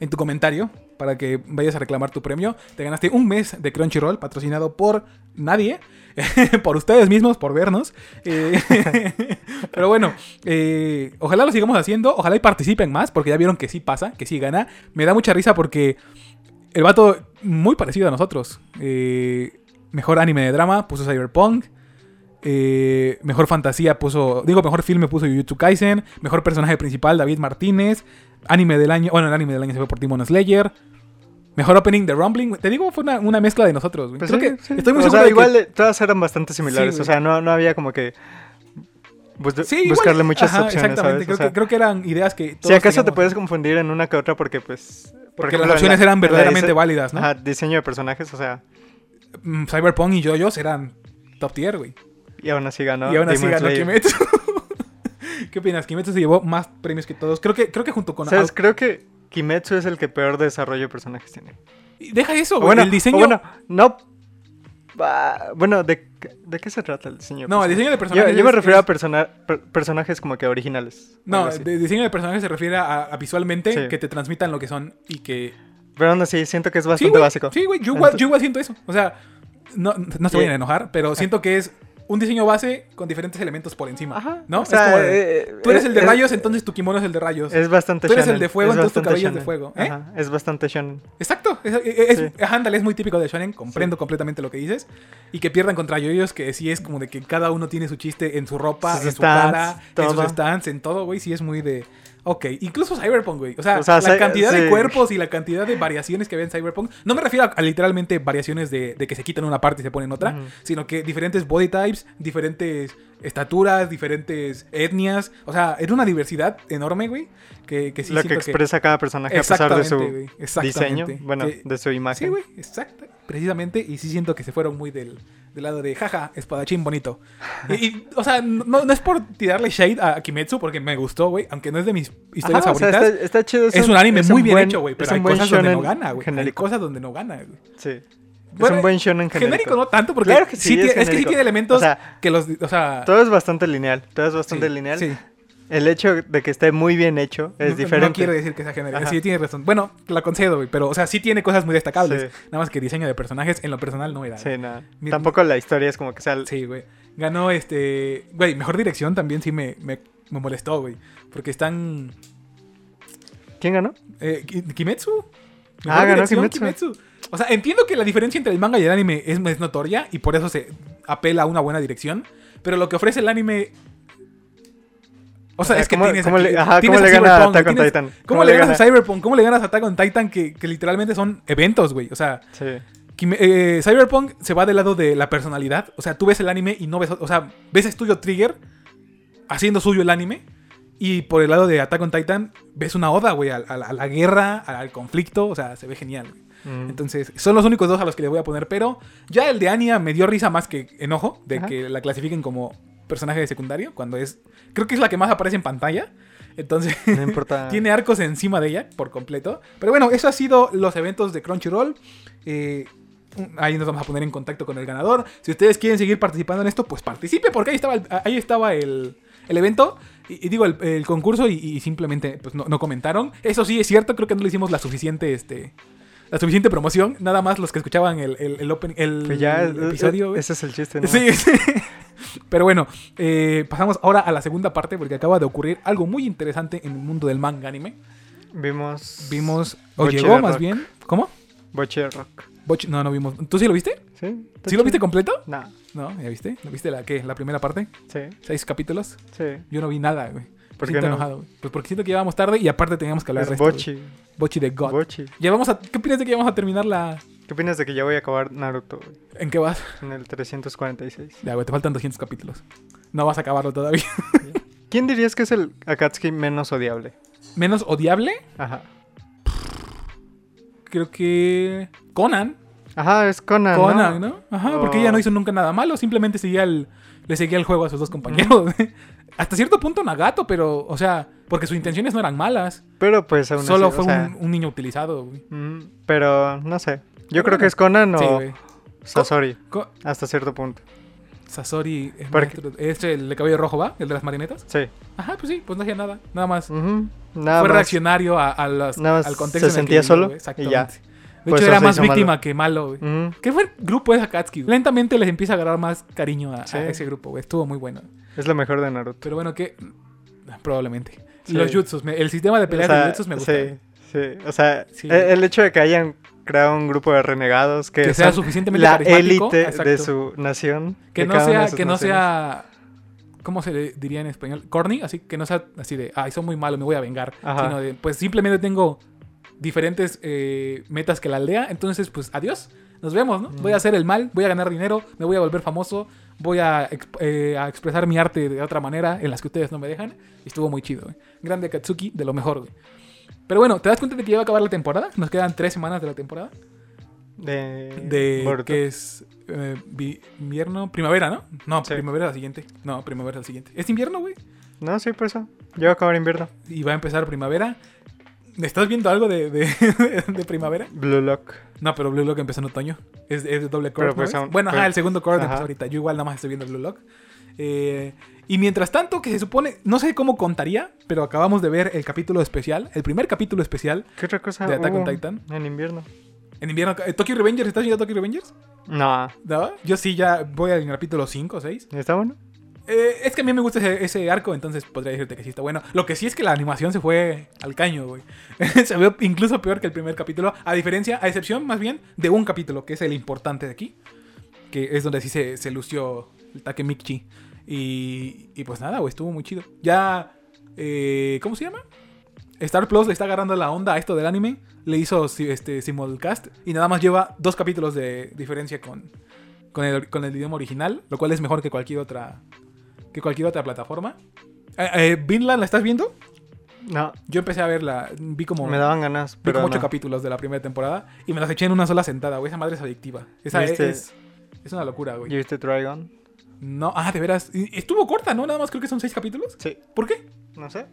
Speaker 1: En tu comentario, para que vayas a reclamar tu premio. Te ganaste un mes de Crunchyroll, patrocinado por nadie, por ustedes mismos, por vernos. Eh, pero bueno, eh, ojalá lo sigamos haciendo, ojalá y participen más, porque ya vieron que sí pasa, que sí gana. Me da mucha risa porque el vato, muy parecido a nosotros. eh, mejor anime de drama, puso Cyberpunk. Eh, mejor fantasía puso. Digo, mejor filme puso Jujutsu Kaisen. Mejor personaje principal, David Martínez. Anime del año. Bueno, el anime del año se fue por Demon Slayer. Mejor opening de Rumbling. Te digo, fue una, una mezcla de nosotros. güey.
Speaker 2: Pues
Speaker 1: Creo
Speaker 2: sí,
Speaker 1: que
Speaker 2: sí.
Speaker 1: estoy muy
Speaker 2: o
Speaker 1: seguro
Speaker 2: sea,
Speaker 1: de que-
Speaker 2: igual eh, todas eran bastante similares.
Speaker 1: Sí,
Speaker 2: o sea, no, no había como que bus-
Speaker 1: Sí, igual-
Speaker 2: buscarle muchas
Speaker 1: ajá,
Speaker 2: opciones.
Speaker 1: Exactamente.
Speaker 2: ¿sabes?
Speaker 1: Creo,
Speaker 2: O sea,
Speaker 1: que, creo que eran ideas que.
Speaker 2: si
Speaker 1: todos
Speaker 2: acaso te
Speaker 1: teníamos.
Speaker 2: puedes confundir en una que otra porque, pues. por
Speaker 1: Porque
Speaker 2: ejemplo, en
Speaker 1: las opciones
Speaker 2: la-
Speaker 1: eran
Speaker 2: en la dise-
Speaker 1: verdaderamente válidas, ¿no?
Speaker 2: Ajá, diseño de personajes, o sea,
Speaker 1: Mm, Cyberpunk y JoJo's eran top tier, güey.
Speaker 2: y aún así ganó.
Speaker 1: y aún así
Speaker 2: Demon
Speaker 1: ganó
Speaker 2: Slayer.
Speaker 1: Kimetsu. ¿Qué opinas? Kimetsu se llevó más premios que todos. Creo que, creo que junto con.
Speaker 2: ¿Sabes? Creo que Kimetsu es el que peor desarrollo de personajes tiene.
Speaker 1: Deja eso,
Speaker 2: O
Speaker 1: güey.
Speaker 2: bueno,
Speaker 1: el diseño.
Speaker 2: o bueno, no. Ah, Bueno, ¿de, ¿de qué se trata el diseño? de
Speaker 1: no, el diseño de
Speaker 2: Yo,
Speaker 1: personajes.
Speaker 2: yo me
Speaker 1: es-
Speaker 2: refiero
Speaker 1: es-
Speaker 2: a persona- per- personajes como que originales.
Speaker 1: No,
Speaker 2: algo así.
Speaker 1: de diseño de personaje se refiere a, a visualmente
Speaker 2: Sí.
Speaker 1: que te transmitan lo que son y que.
Speaker 2: Pero aún así, siento que es
Speaker 1: Sí,
Speaker 2: bastante
Speaker 1: güey,
Speaker 2: básico. Ah,
Speaker 1: Sí, güey, yo, igual-
Speaker 2: Entonces-
Speaker 1: yo igual siento eso. O sea, no, no se vayan a
Speaker 2: Eh.
Speaker 1: enojar, pero siento que es un diseño base con diferentes elementos por encima.
Speaker 2: Ajá.
Speaker 1: ¿No?
Speaker 2: O sea,
Speaker 1: es como de,
Speaker 2: eh,
Speaker 1: tú eres
Speaker 2: eh,
Speaker 1: el de
Speaker 2: es-
Speaker 1: rayos, entonces tu kimono es el de rayos.
Speaker 2: Es bastante
Speaker 1: Tú eres el
Speaker 2: shonen,
Speaker 1: de fuego,
Speaker 2: es
Speaker 1: entonces tu
Speaker 2: bastante
Speaker 1: cabello es de fuego, ¿eh?
Speaker 2: Ajá, es bastante shonen.
Speaker 1: Exacto. Es, es-
Speaker 2: Sí.
Speaker 1: ajá, ándale, es muy típico de Shonen. Comprendo completamente lo que dices. Y que pierdan contra yoyos, que sí es como de que cada uno tiene su chiste en su ropa,
Speaker 2: Sus
Speaker 1: en su
Speaker 2: stands,
Speaker 1: cara, en sus
Speaker 2: todo.
Speaker 1: stands, en todo, güey. Sí es muy de. Ok, incluso Cyberpunk, güey. O sea,
Speaker 2: O sea,
Speaker 1: la
Speaker 2: cy-
Speaker 1: cantidad de
Speaker 2: sí.
Speaker 1: cuerpos y la cantidad de variaciones que había en Cyberpunk. No me refiero a, a literalmente variaciones de, de que se quitan una parte y se ponen otra,
Speaker 2: Ujú.
Speaker 1: sino que diferentes body types, diferentes estaturas, diferentes etnias. O sea, era una diversidad enorme, güey. Que, que sí
Speaker 2: lo que
Speaker 1: siento
Speaker 2: expresa cada personaje a pesar de su
Speaker 1: Exactamente, güey, exactamente.
Speaker 2: diseño, bueno,
Speaker 1: Que-
Speaker 2: de su imagen.
Speaker 1: Sí, güey, exacto. Precisamente, y sí siento que se fueron muy del, del lado de jaja, espadachín bonito. Y, y, o sea, no, no es por tirarle shade a Kimetsu, porque me gustó, güey, aunque no es de mis historias
Speaker 2: Ajá, o sea,
Speaker 1: favoritas.
Speaker 2: está, está chido.
Speaker 1: es un anime
Speaker 2: es
Speaker 1: muy
Speaker 2: un
Speaker 1: bien
Speaker 2: buen-
Speaker 1: hecho, güey,
Speaker 2: es
Speaker 1: pero
Speaker 2: un
Speaker 1: hay
Speaker 2: buen
Speaker 1: cosas donde no
Speaker 2: shonen
Speaker 1: gana, güey. Hay
Speaker 2: genérico.
Speaker 1: cosas donde no gana, güey.
Speaker 2: Sí.
Speaker 1: Bueno, eh,
Speaker 2: es un buen shonen genérico.
Speaker 1: Genérico no tanto, porque
Speaker 2: Claro que sí,
Speaker 1: sí
Speaker 2: es
Speaker 1: tiene- es, que sí
Speaker 2: genérico.
Speaker 1: tiene elementos
Speaker 2: O sea,
Speaker 1: que los... O sea...
Speaker 2: Todo es bastante lineal. Todo es
Speaker 1: sí,
Speaker 2: bastante lineal.
Speaker 1: sí.
Speaker 2: El hecho de que esté muy bien hecho es
Speaker 1: No-
Speaker 2: diferente.
Speaker 1: No quiere decir que sea genérico.
Speaker 2: Ajá.
Speaker 1: Sí, tiene razón. Bueno, la concedo, güey. Pero, o sea, sí tiene cosas muy destacables.
Speaker 2: Sí.
Speaker 1: Nada más que diseño de personajes en lo personal no era.
Speaker 2: Sí, nada.
Speaker 1: Mira-
Speaker 2: Tampoco la historia es como que sea.
Speaker 1: Sí, güey. Ganó este. Güey, mejor dirección también sí me, me, me molestó, güey. Porque están.
Speaker 2: ¿Quién ganó?
Speaker 1: eh, Ki- Kimetsu.
Speaker 2: Ah, ganó
Speaker 1: dirección,
Speaker 2: Kimetsu.
Speaker 1: O sea, entiendo que la diferencia entre el manga y el anime es, es notoria y por eso se apela a una buena dirección. Pero lo que ofrece el anime. O sea,
Speaker 2: sea,
Speaker 1: es que
Speaker 2: Eh, ¿cómo-
Speaker 1: tienes.
Speaker 2: cómo
Speaker 1: aquí-
Speaker 2: le- ajá,
Speaker 1: tienes
Speaker 2: cómo le gana a
Speaker 1: Cyberpunk,
Speaker 2: Attack on
Speaker 1: tienes-
Speaker 2: Titan?
Speaker 1: ¿Cómo, le ganas a Cyberpunk? ¿Cómo le ganas a Attack on Titan? Que, que literalmente son eventos, güey. O sea,
Speaker 2: Sí.
Speaker 1: Kime- eh, Cyberpunk se va del lado de la personalidad. O sea, tú ves el anime y no ves. O sea, ves a Studio Trigger haciendo suyo el anime. Y por el lado de Attack on Titan, ves una oda, güey, a, a la- a la guerra, al, al conflicto. O sea, se ve genial. güey.
Speaker 2: Mm.
Speaker 1: Entonces, son los únicos dos a los que le voy a poner. Pero ya el de Anya me dio risa más que enojo de
Speaker 2: Ajá.
Speaker 1: que la clasifiquen como personaje de secundario. Cuando es. Creo que es la que más aparece en pantalla. Entonces.
Speaker 2: No importa.
Speaker 1: Tiene arcos encima de ella por completo. Pero bueno, eso ha sido los eventos de Crunchyroll. Eh, un- ahí nos vamos a poner en contacto con el ganador. Si ustedes quieren seguir participando en esto, pues participe porque ahí estaba el, ahí estaba el, el evento. Y, y digo, el, el concurso y, y simplemente pues, no, no comentaron. Eso sí es cierto, creo que no le hicimos la suficiente... Este, la suficiente promoción, nada más los que escuchaban el, el, el opening- el
Speaker 2: Pues ya, es-
Speaker 1: episodio. güey.
Speaker 2: ese es el chiste, Este
Speaker 1: Sí,
Speaker 2: ¿no?
Speaker 1: sí. Pero bueno, eh, pasamos ahora a la segunda parte porque acaba de ocurrir algo muy interesante en el mundo del manga anime.
Speaker 2: Vimos.
Speaker 1: Vimos, o
Speaker 2: Bochi
Speaker 1: llegó
Speaker 2: de
Speaker 1: más
Speaker 2: rock.
Speaker 1: bien, ¿cómo?
Speaker 2: Boche de Rock.
Speaker 1: Boch- no, no vimos. ¿Tú sí lo viste?
Speaker 2: ¿Sí? está
Speaker 1: ¿Sí lo
Speaker 2: chido.
Speaker 1: viste completo?
Speaker 2: No.
Speaker 1: No, ¿ya viste? ¿No viste la qué? ¿La primera parte?
Speaker 2: Sí,
Speaker 1: ¿Seis capítulos?
Speaker 2: sí.
Speaker 1: Yo no vi nada, güey.
Speaker 2: ¿Por
Speaker 1: Siento
Speaker 2: qué no?
Speaker 1: enojado, güey. Pues porque siento que llevábamos tarde y aparte teníamos que hablar de
Speaker 2: Es
Speaker 1: esto, güey.
Speaker 2: Bochi.
Speaker 1: Bochi de God.
Speaker 2: Bochi.
Speaker 1: Ya vamos a, ¿Qué opinas de que ya vamos a terminar la...
Speaker 2: ¿Qué opinas de que ya voy a acabar Naruto güey?
Speaker 1: ¿En qué vas?
Speaker 2: en el 346?
Speaker 1: Ya, güey, te faltan 200 capítulos. No vas a acabarlo todavía.
Speaker 2: ¿Quién dirías que es el Akatsuki menos odiable?
Speaker 1: ¿Menos odiable?
Speaker 2: Ajá.
Speaker 1: creo que Conan.
Speaker 2: Ajá, es Conan.
Speaker 1: Conan, ¿no? Ajá, porque
Speaker 2: Ah, Oh.
Speaker 1: ella no hizo nunca nada malo, simplemente seguía el, le seguía el juego a sus dos compañeros. Hasta cierto punto Nagato, pero, o sea, porque sus intenciones no eran malas.
Speaker 2: Pero pues aún
Speaker 1: Solo
Speaker 2: así, o
Speaker 1: fue
Speaker 2: sea,
Speaker 1: un, un niño utilizado, güey.
Speaker 2: mm, Pero no sé.
Speaker 1: Pero
Speaker 2: Yo creo
Speaker 1: bueno.
Speaker 2: que es Conan o
Speaker 1: Sí, güey.
Speaker 2: Sasori.
Speaker 1: Co-
Speaker 2: Hasta cierto punto.
Speaker 1: Sasori, el
Speaker 2: Porque-
Speaker 1: maestro- es el de cabello rojo, ¿va? El de las marionetas.
Speaker 2: Sí.
Speaker 1: Ajá, pues sí, pues no hacía nada, nada más.
Speaker 2: Ujú, Nada
Speaker 1: fue
Speaker 2: más.
Speaker 1: reaccionario a, a las-
Speaker 2: Nada más
Speaker 1: al contexto.
Speaker 2: se
Speaker 1: en el que
Speaker 2: sentía
Speaker 1: vivió,
Speaker 2: solo
Speaker 1: güey.
Speaker 2: y
Speaker 1: Exactamente.
Speaker 2: ya.
Speaker 1: De
Speaker 2: Por
Speaker 1: hecho,
Speaker 2: eso
Speaker 1: era
Speaker 2: se
Speaker 1: más
Speaker 2: hizo
Speaker 1: víctima
Speaker 2: malo. Mm.
Speaker 1: que malo, güey.
Speaker 2: Ujú,
Speaker 1: ¿Qué fue el grupo de Akatsuki? Lentamente les empieza a agarrar más cariño a, a
Speaker 2: Sí.
Speaker 1: ese grupo, güey. Estuvo muy bueno.
Speaker 2: Es lo mejor de Naruto.
Speaker 1: Pero bueno, que. Probablemente.
Speaker 2: Sí.
Speaker 1: Los jutsus. me- el sistema de
Speaker 2: O
Speaker 1: peleas
Speaker 2: sea,
Speaker 1: de jutsus me gusta.
Speaker 2: Sí, sí. O sea,
Speaker 1: Sí.
Speaker 2: e- el hecho de que hayan creado un grupo de renegados que,
Speaker 1: Que sea
Speaker 2: son
Speaker 1: suficientemente
Speaker 2: la
Speaker 1: carismático,
Speaker 2: élite
Speaker 1: exacto.
Speaker 2: de su nación.
Speaker 1: Que
Speaker 2: de
Speaker 1: no
Speaker 2: cada una de
Speaker 1: sea.
Speaker 2: sus
Speaker 1: Que no
Speaker 2: naciones.
Speaker 1: sea. ¿Cómo se le diría en español? Corny, así que no sea así de, ay, son muy malos, me voy a vengar.
Speaker 2: Ajá.
Speaker 1: Sino de, pues simplemente tengo diferentes eh, metas que la aldea, entonces, pues adiós, nos vemos, ¿no? Voy a hacer el mal, voy a ganar dinero, me voy a volver famoso, voy a, exp- eh, a expresar mi arte de otra manera en las que ustedes no me dejan. Y estuvo muy chido, güey. Grande Katsuki, de lo mejor, güey. Pero bueno, ¿te das cuenta de que ya va a acabar la temporada? Nos quedan tres semanas de la temporada.
Speaker 2: De,
Speaker 1: De
Speaker 2: Boruto.
Speaker 1: que es eh, vi- invierno, primavera, ¿no? No,
Speaker 2: Sí.
Speaker 1: primavera es la siguiente. No, primavera es la siguiente. Es invierno, güey.
Speaker 2: No, sí, por eso. Yo voy a acabar invierno.
Speaker 1: Y va a empezar primavera. ¿Estás viendo algo de, de- de primavera?
Speaker 2: Blue Lock.
Speaker 1: No, pero Blue Lock empezó en otoño. Es, es de doble core.
Speaker 2: Pero
Speaker 1: ¿no
Speaker 2: pues
Speaker 1: ves?
Speaker 2: aún-
Speaker 1: bueno, ajá,
Speaker 2: pues-
Speaker 1: el segundo core
Speaker 2: ajá.
Speaker 1: empezó ahorita. Yo igual nada más estoy viendo Blue Lock. Eh, y mientras tanto, que se supone, no sé cómo contaría, pero acabamos de ver el capítulo especial, el primer capítulo especial
Speaker 2: ¿Qué otra cosa?
Speaker 1: de Attack on
Speaker 2: hubo
Speaker 1: Titan.
Speaker 2: En invierno.
Speaker 1: En invierno, eh, Tokyo Revengers, ¿estás viendo Tokyo Revengers?
Speaker 2: No.
Speaker 1: ¿No? Yo sí ya voy al capítulo 5 o 6.
Speaker 2: ¿Está bueno?
Speaker 1: Eh, es que a mí me gusta ese, ese arco, entonces podría decirte que sí está bueno. Lo que sí es que la animación se fue al caño, güey. se vio incluso peor que el primer capítulo, a diferencia, a excepción más bien de un capítulo, que es el importante de aquí, que es donde sí se, se lució el Takemichi. Y, y pues nada, güey, estuvo muy chido. Ya, eh, ¿cómo se llama? Star Plus le está agarrando la onda a esto del anime. Le hizo si- este simulcast y nada más lleva dos capítulos de diferencia con, con, el, con el idioma original, lo cual es mejor que cualquier otra que cualquier otra plataforma. Eh, eh, Vinland, ¿la estás viendo?
Speaker 2: No.
Speaker 1: Yo empecé a verla, vi como,
Speaker 2: Me daban ganas,
Speaker 1: vi
Speaker 2: pero
Speaker 1: como ocho
Speaker 2: no.
Speaker 1: capítulos de la primera temporada y me las eché en una sola sentada, güey. Esa madre es adictiva. Esa es,
Speaker 2: ¿Viste?
Speaker 1: es, es una locura,
Speaker 2: ¿Y
Speaker 1: güey.
Speaker 2: viste Dragon?
Speaker 1: No, ah, de veras. y- y Estuvo corta, ¿no? Nada más creo que son seis capítulos.
Speaker 2: Sí.
Speaker 1: ¿Por qué?
Speaker 2: No sé.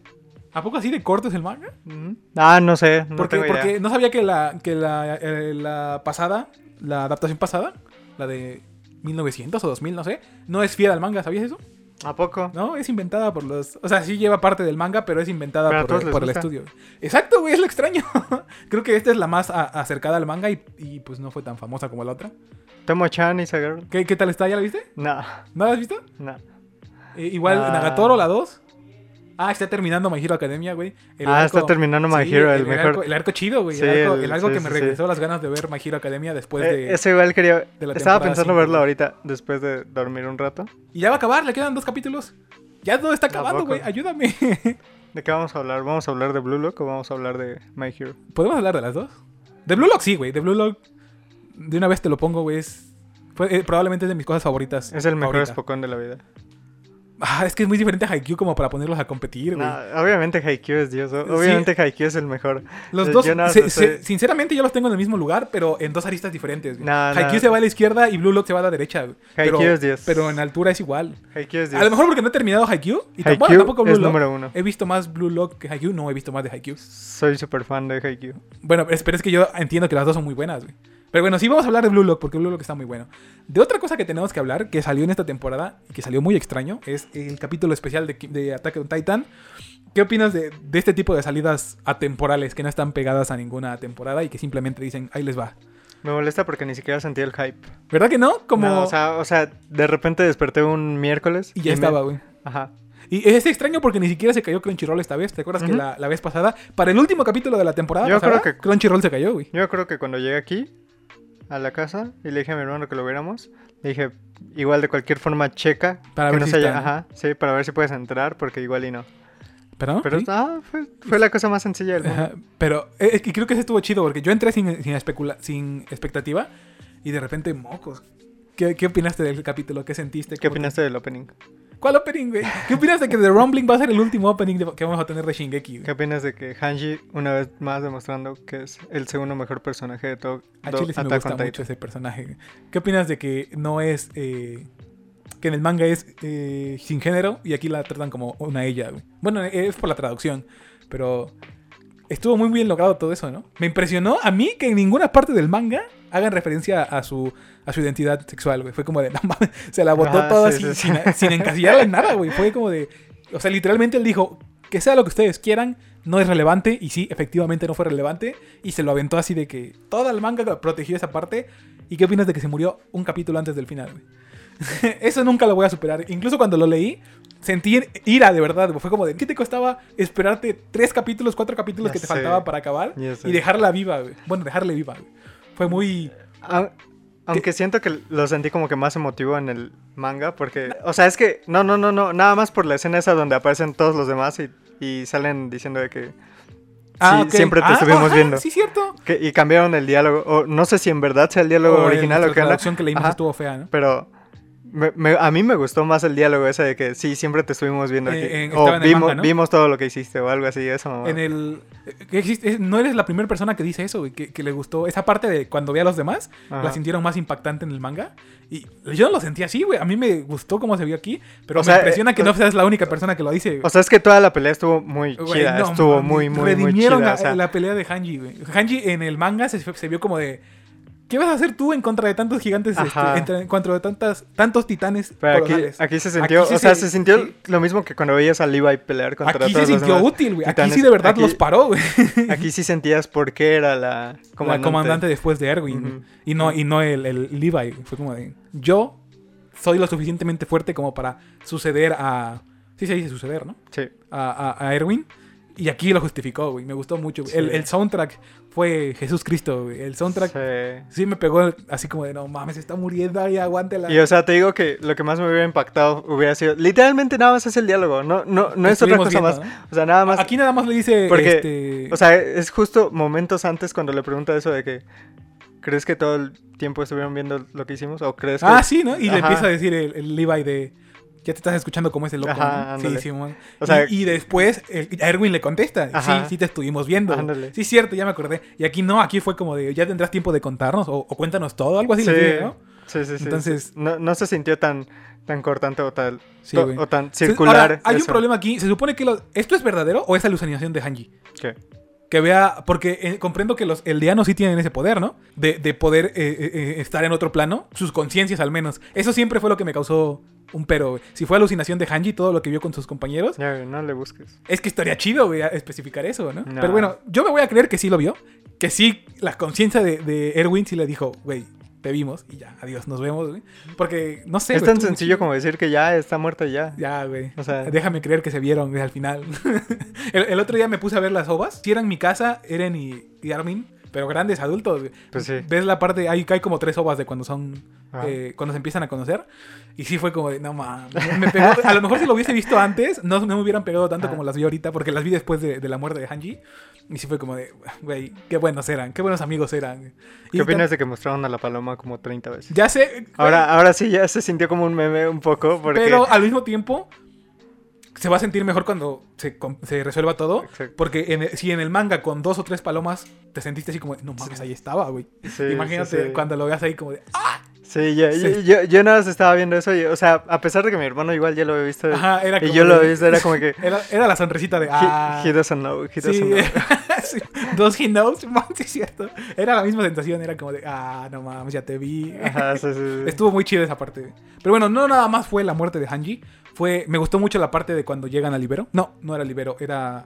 Speaker 1: ¿A poco así de corto es el manga?
Speaker 2: Ujú. Ah, no sé. No
Speaker 1: Porque,
Speaker 2: tengo idea.
Speaker 1: porque no sabía que la, que la, eh, la pasada, la adaptación pasada, la de 1900 o 2000, no sé, no es fiel al manga, ¿sabías eso?
Speaker 2: ¿A poco?
Speaker 1: No, es inventada por los... O sea, sí lleva parte del manga, pero es inventada
Speaker 2: Pero a
Speaker 1: por,
Speaker 2: todos les
Speaker 1: por el
Speaker 2: gusta.
Speaker 1: estudio. Exacto, güey, es lo extraño. Creo que esta es la más a- acercada al manga y, y, pues no fue tan famosa como la otra.
Speaker 2: Tomo-chan y Sagard.
Speaker 1: ¿Qué, qué tal está? ¿Ya la viste?
Speaker 2: No,
Speaker 1: ¿No la has visto?
Speaker 2: no.
Speaker 1: Eh, igual
Speaker 2: Ah.
Speaker 1: Nagatoro, la 2. Ah, está terminando My Hero Academia, güey. El
Speaker 2: Ah, está terminando My Hero, el mejor.
Speaker 1: Arco, el arco chido, güey.
Speaker 2: Sí,
Speaker 1: el arco,
Speaker 2: el-
Speaker 1: el arco
Speaker 2: sí,
Speaker 1: que me
Speaker 2: sí,
Speaker 1: regresó las ganas de ver My Hero Academia después
Speaker 2: Eh,
Speaker 1: de...
Speaker 2: eso igual quería.
Speaker 1: de la temporada
Speaker 2: Estaba pensando
Speaker 1: cinco,
Speaker 2: verlo
Speaker 1: güey.
Speaker 2: ahorita después de dormir un rato.
Speaker 1: Y ya va a acabar, le quedan dos capítulos. Ya todo está acabando,
Speaker 2: Tampoco.
Speaker 1: güey. Ayúdame.
Speaker 2: ¿De qué vamos a hablar? ¿Vamos a hablar de Blue Lock o vamos a hablar de My Hero?
Speaker 1: ¿Podemos hablar de las dos? De Blue Lock, sí, güey. De Blue Lock, de una vez te lo pongo, güey. Es, fue- eh, probablemente es de mis cosas favoritas.
Speaker 2: Es el mejor
Speaker 1: ahorita.
Speaker 2: Spokon de la vida.
Speaker 1: Ah, es que es muy diferente a Haikyuu como para ponerlos a competir, güey.
Speaker 2: No, obviamente Haikyuu es Dios. o- Obviamente Haikyuu es el mejor.
Speaker 1: Los
Speaker 2: Eh,
Speaker 1: dos,
Speaker 2: yo nada más
Speaker 1: se-
Speaker 2: lo
Speaker 1: se-
Speaker 2: sé.
Speaker 1: sinceramente yo los tengo en el mismo lugar, pero en dos aristas diferentes. güey.
Speaker 2: No, no.
Speaker 1: Haikyuu se va a la izquierda y Blue Lock se va a la derecha. güey.
Speaker 2: Haikyuu
Speaker 1: Pero,
Speaker 2: es Dios.
Speaker 1: pero en altura es igual.
Speaker 2: Haikyuu es Dios.
Speaker 1: A lo mejor porque no he terminado Haikyuu. Y tampoco,
Speaker 2: Haikyuu
Speaker 1: tampoco Blue
Speaker 2: es
Speaker 1: Lock.
Speaker 2: número uno.
Speaker 1: He visto más Blue Lock que Haikyuu. No, he visto más de Haikyuu.
Speaker 2: Soy súper fan de Haikyuu.
Speaker 1: Bueno, pero es, pero es que yo entiendo que las dos son muy buenas, güey. Pero bueno, sí vamos a hablar de Blue Lock, porque Blue Lock está muy bueno. De otra cosa que tenemos que hablar, que salió en esta temporada, y que salió muy extraño, es el capítulo especial de, Ki- de Ataque on Titan. ¿Qué opinas de, de este tipo de salidas atemporales que no están pegadas a ninguna temporada y que simplemente dicen, ahí les va?
Speaker 2: Me molesta porque ni siquiera sentí el hype.
Speaker 1: ¿Verdad que no? Como...
Speaker 2: No, o, sea, o sea, de repente desperté un miércoles.
Speaker 1: y ya
Speaker 2: me-
Speaker 1: estaba, güey.
Speaker 2: Ajá.
Speaker 1: Y es extraño porque ni siquiera se cayó Crunchyroll esta vez. ¿Te acuerdas que
Speaker 2: Ujú.
Speaker 1: la, la vez pasada, para el último capítulo de la temporada,
Speaker 2: Yo creo
Speaker 1: pasada,
Speaker 2: que-
Speaker 1: Crunchyroll se cayó, güey?
Speaker 2: Yo creo que cuando llegué aquí, a la casa, y le dije a mi hermano que lo viéramos, le dije, igual de cualquier forma checa.
Speaker 1: Para
Speaker 2: que
Speaker 1: ver
Speaker 2: no
Speaker 1: si Ah,
Speaker 2: se haya-
Speaker 1: está, ¿no?
Speaker 2: Ajá, sí, para ver si puedes entrar, porque igual y no.
Speaker 1: ¿Pero?
Speaker 2: Pero
Speaker 1: ¿Sí?
Speaker 2: ah, fue, fue la cosa más sencilla del mundo.
Speaker 1: Ajá, pero eh, y creo que eso estuvo chido porque yo entré sin, sin, especula- sin expectativa y de repente mocos. ¿Qué, qué opinaste del capítulo? ¿Qué sentiste?
Speaker 2: ¿Qué
Speaker 1: ¿Cómo te-
Speaker 2: opinaste del opening?
Speaker 1: ¿Cuál opening, güey? ¿Qué opinas de que The Rumbling va a ser el último opening de- que vamos a tener de Shingeki? güey?
Speaker 2: ¿Qué opinas de que Hanji, una vez más demostrando que es el segundo mejor personaje de todo
Speaker 1: A
Speaker 2: do-
Speaker 1: Chile sí me
Speaker 2: Attack on
Speaker 1: gusta
Speaker 2: Titan?
Speaker 1: mucho ese personaje. ¿Qué opinas de que no es. eh, que en el manga es eh, sin género y aquí la tratan como una ella, güey? Bueno, es por la traducción, pero. Estuvo muy bien logrado todo eso, ¿no? Me impresionó a mí que en ninguna parte del manga hagan referencia a su, a su identidad sexual, güey. Fue como de, no mames, se la botó
Speaker 2: Ajá,
Speaker 1: toda
Speaker 2: sí,
Speaker 1: sin,
Speaker 2: sí, sí.
Speaker 1: sin- sin encasillarla en nada, güey. Fue como de, o sea, literalmente él dijo, que sea lo que ustedes quieran, no es relevante. Y sí, efectivamente no fue relevante. Y se lo aventó así de que toda el manga protegió esa parte. ¿Y qué opinas de que se murió un capítulo antes del final, güey? Eso nunca lo voy a superar. Incluso cuando lo leí, sentí ira de verdad. güey. Fue como de, ¿qué te costaba esperarte tres capítulos, cuatro capítulos
Speaker 2: Ya
Speaker 1: que te
Speaker 2: sé.
Speaker 1: faltaba para acabar?
Speaker 2: Ya sé.
Speaker 1: Y dejarla viva, güey. Bueno, dejarle viva, güey. Fue muy...
Speaker 2: A- Ah, Aunque siento que lo sentí como que más emotivo en el manga, porque, o sea, es que, no, no, no, no, nada más por la escena esa donde aparecen todos los demás y, y salen diciendo de que sí,
Speaker 1: ok.
Speaker 2: siempre te
Speaker 1: Ah,
Speaker 2: estuvimos
Speaker 1: ajá,
Speaker 2: viendo.
Speaker 1: Sí, cierto.
Speaker 2: que- y cambiaron el diálogo, o no sé si en verdad sea el diálogo
Speaker 1: O en
Speaker 2: original o
Speaker 1: nuestra
Speaker 2: qué onda,
Speaker 1: traducción que leímos
Speaker 2: Ajá.
Speaker 1: estuvo fea, ¿no?
Speaker 2: pero me- me- a mí me gustó más el diálogo ese de que sí, siempre te estuvimos viendo
Speaker 1: Eh,
Speaker 2: aquí,
Speaker 1: eh,
Speaker 2: o
Speaker 1: estaba en el
Speaker 2: vimos,
Speaker 1: manga, ¿no?
Speaker 2: vimos todo lo que hiciste o algo así, eso
Speaker 1: En el... que existe- es- no eres la primera persona que dice eso, güey, que, que le gustó esa parte de cuando ve a los demás, la sintieron más impactante en el manga. Y yo no lo sentí así, güey. A mí me gustó cómo se vio aquí, pero
Speaker 2: O
Speaker 1: me
Speaker 2: sea,
Speaker 1: impresiona
Speaker 2: eh,
Speaker 1: que no seas la única persona que lo dice.
Speaker 2: O sea, es que toda la pelea estuvo muy
Speaker 1: Güey,
Speaker 2: chida,
Speaker 1: no
Speaker 2: estuvo
Speaker 1: mames,
Speaker 2: muy, muy, muy chida.
Speaker 1: redimieron la,
Speaker 2: o sea,
Speaker 1: la pelea de Hanji, güey. Hanji en el manga se, se vio como de. ¿Qué vas a hacer tú en contra de tantos gigantes? este,
Speaker 2: Ajá.
Speaker 1: entre- en contra de tantas, tantos titanes
Speaker 2: Pero aquí,
Speaker 1: colosales?"
Speaker 2: aquí se sintió,
Speaker 1: Aquí sí
Speaker 2: o sea,
Speaker 1: se-
Speaker 2: se, sintió
Speaker 1: sí.
Speaker 2: lo mismo que cuando veías a Levi pelear contra
Speaker 1: Aquí se
Speaker 2: todos los
Speaker 1: sintió
Speaker 2: demás.
Speaker 1: útil, güey. Aquí
Speaker 2: titanes.
Speaker 1: sí de verdad
Speaker 2: Aquí-
Speaker 1: los paró, güey.
Speaker 2: Aquí sí sentías por qué era la comandante.
Speaker 1: La comandante después de Erwin. güey.
Speaker 2: Ujú.
Speaker 1: Y no, y no el, el Levi. güey. Fue como de. Yo soy lo suficientemente fuerte como para suceder a. Sí se dice suceder, ¿no?
Speaker 2: Sí.
Speaker 1: a, a- a Erwin. Y aquí lo justificó, güey. Me gustó mucho. güey. El,
Speaker 2: Sí.
Speaker 1: el soundtrack fue Jesús Cristo, güey. El soundtrack sí.
Speaker 2: Sí.
Speaker 1: me pegó así como de no mames, está muriendo ahí, aguántela.
Speaker 2: Y o sea, te digo que lo que más me hubiera impactado hubiera sido, literalmente nada más es el diálogo, no, no, no es otra
Speaker 1: Estuvimos
Speaker 2: cosa más.
Speaker 1: viendo, Ah,
Speaker 2: O sea, nada más.
Speaker 1: aquí nada más le dice
Speaker 2: Porque,
Speaker 1: este.
Speaker 2: O sea, es justo momentos antes cuando le pregunta eso de que, ¿crees que todo el tiempo estuvieron viendo lo que hicimos? ¿O crees que
Speaker 1: ah, sí, ¿no? Y le
Speaker 2: Ajá.
Speaker 1: empieza a decir el, el Levi de. Ya te estás escuchando como ese loco.
Speaker 2: Ajá,
Speaker 1: ¿no?
Speaker 2: ándale.
Speaker 1: Sí, Simón.
Speaker 2: O sea-
Speaker 1: y, y después el- a Erwin le contesta.
Speaker 2: Ajá.
Speaker 1: Sí, sí te estuvimos viendo. güey.
Speaker 2: Ándale.
Speaker 1: Sí, cierto, ya me acordé. Y aquí no, aquí fue como de ya tendrás tiempo de contarnos o, o cuéntanos todo, algo así.
Speaker 2: Sí,
Speaker 1: le dice, ¿no?
Speaker 2: sí, sí, sí.
Speaker 1: Entonces-
Speaker 2: no, no se sintió tan, tan cortante o tal,
Speaker 1: Sí,
Speaker 2: to-
Speaker 1: güey.
Speaker 2: o tan
Speaker 1: Se-
Speaker 2: circular.
Speaker 1: Ahora, hay un
Speaker 2: eso.
Speaker 1: problema aquí. Se supone que los- esto es verdadero o es alucinación de Hanji.
Speaker 2: ¿Qué?
Speaker 1: Que vea, porque eh, comprendo que los eldianos sí tienen ese poder, ¿no? De, de poder eh, eh, eh, estar en otro plano, sus conciencias al menos. Eso siempre fue lo que me causó un pero. güey. Si fue alucinación de Hanji, todo lo que vio con sus compañeros,
Speaker 2: Ya, güey, no le busques.
Speaker 1: es que estaría chido, güey, a- especificar eso, ¿no?
Speaker 2: No.
Speaker 1: Pero bueno, yo me voy a creer que sí lo vio, que sí, la conciencia de, de Erwin sí le dijo, güey, te vimos y ya, adiós, nos vemos, güey. Porque, no sé.
Speaker 2: es
Speaker 1: güey,
Speaker 2: tan
Speaker 1: estuvo muy
Speaker 2: sencillo
Speaker 1: chido.
Speaker 2: como decir que ya está muerta y ya.
Speaker 1: Ya, güey.
Speaker 2: O sea-
Speaker 1: déjame creer que se vieron güey, al final. el, el otro día me puse a ver las ovas. Si eran mi casa, Eren y, y Armin, pero grandes adultos. güey.
Speaker 2: Pues sí.
Speaker 1: Ves la parte, hay, hay como tres ovas de cuando son,
Speaker 2: Ajá.
Speaker 1: eh, cuando se empiezan a conocer. Y sí fue como de, no mames, me pegó. A lo mejor si lo hubiese visto antes, no, no me hubieran pegado tanto
Speaker 2: Ajá.
Speaker 1: como las vi ahorita, porque las vi después de, de la muerte de Hanji. Y sí fue como de, güey, qué buenos eran, qué buenos amigos eran. Y
Speaker 2: ¿Qué opinas de que mostraron a la paloma como 30 veces?
Speaker 1: Ya sé. güey,
Speaker 2: Ahora, ahora sí ya se sintió como un meme un poco porque
Speaker 1: Pero ah, al mismo tiempo, se va a sentir mejor cuando se, com- se resuelva todo.
Speaker 2: Exacto.
Speaker 1: Porque en el- si en el manga con dos o tres palomas te sentiste así como, no mames, ahí estaba, güey.
Speaker 2: Sí,
Speaker 1: Imagínate
Speaker 2: sí, sí.
Speaker 1: cuando lo veas ahí como de, "Ah,
Speaker 2: Sí, yo,
Speaker 1: Sí.
Speaker 2: Yo, yo, yo nada más estaba viendo eso y, o sea, a pesar de que mi hermano igual ya lo había visto
Speaker 1: Ajá, era
Speaker 2: y
Speaker 1: como
Speaker 2: yo lo
Speaker 1: de-
Speaker 2: había visto, era como que
Speaker 1: Era, era la sonrisita de, ah.
Speaker 2: he, he doesn't know, he
Speaker 1: sí,
Speaker 2: doesn't know.
Speaker 1: sí, dos he knows, man, sí es cierto. Era la misma sensación, era como de, ah, no mames, ya te vi.
Speaker 2: Ajá, sí, sí, sí.
Speaker 1: Estuvo muy chida esa parte. Pero bueno, no nada más fue la muerte de Hanji. Fue, me gustó mucho la parte de cuando llegan a Libero. No, no era Libero, era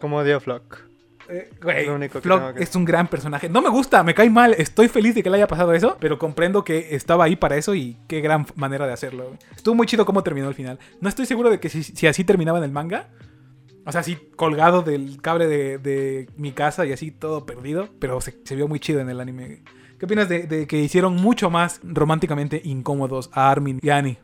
Speaker 2: Como dio Flock.
Speaker 1: Eh, Güey,
Speaker 2: Lo único que
Speaker 1: Flock
Speaker 2: tengo que-
Speaker 1: es un gran personaje. No me gusta, me cae mal. Estoy feliz de que le haya pasado eso, pero comprendo que estaba ahí para eso y qué gran f- manera de hacerlo. güey. Estuvo muy chido cómo terminó el final. No estoy seguro de que si, si así terminaba en el manga, o sea, así colgado del cable de, de mi casa y así todo perdido, pero se, se vio muy chido en el anime. güey. ¿Qué opinas de, de que hicieron mucho más románticamente incómodos a Armin y Annie?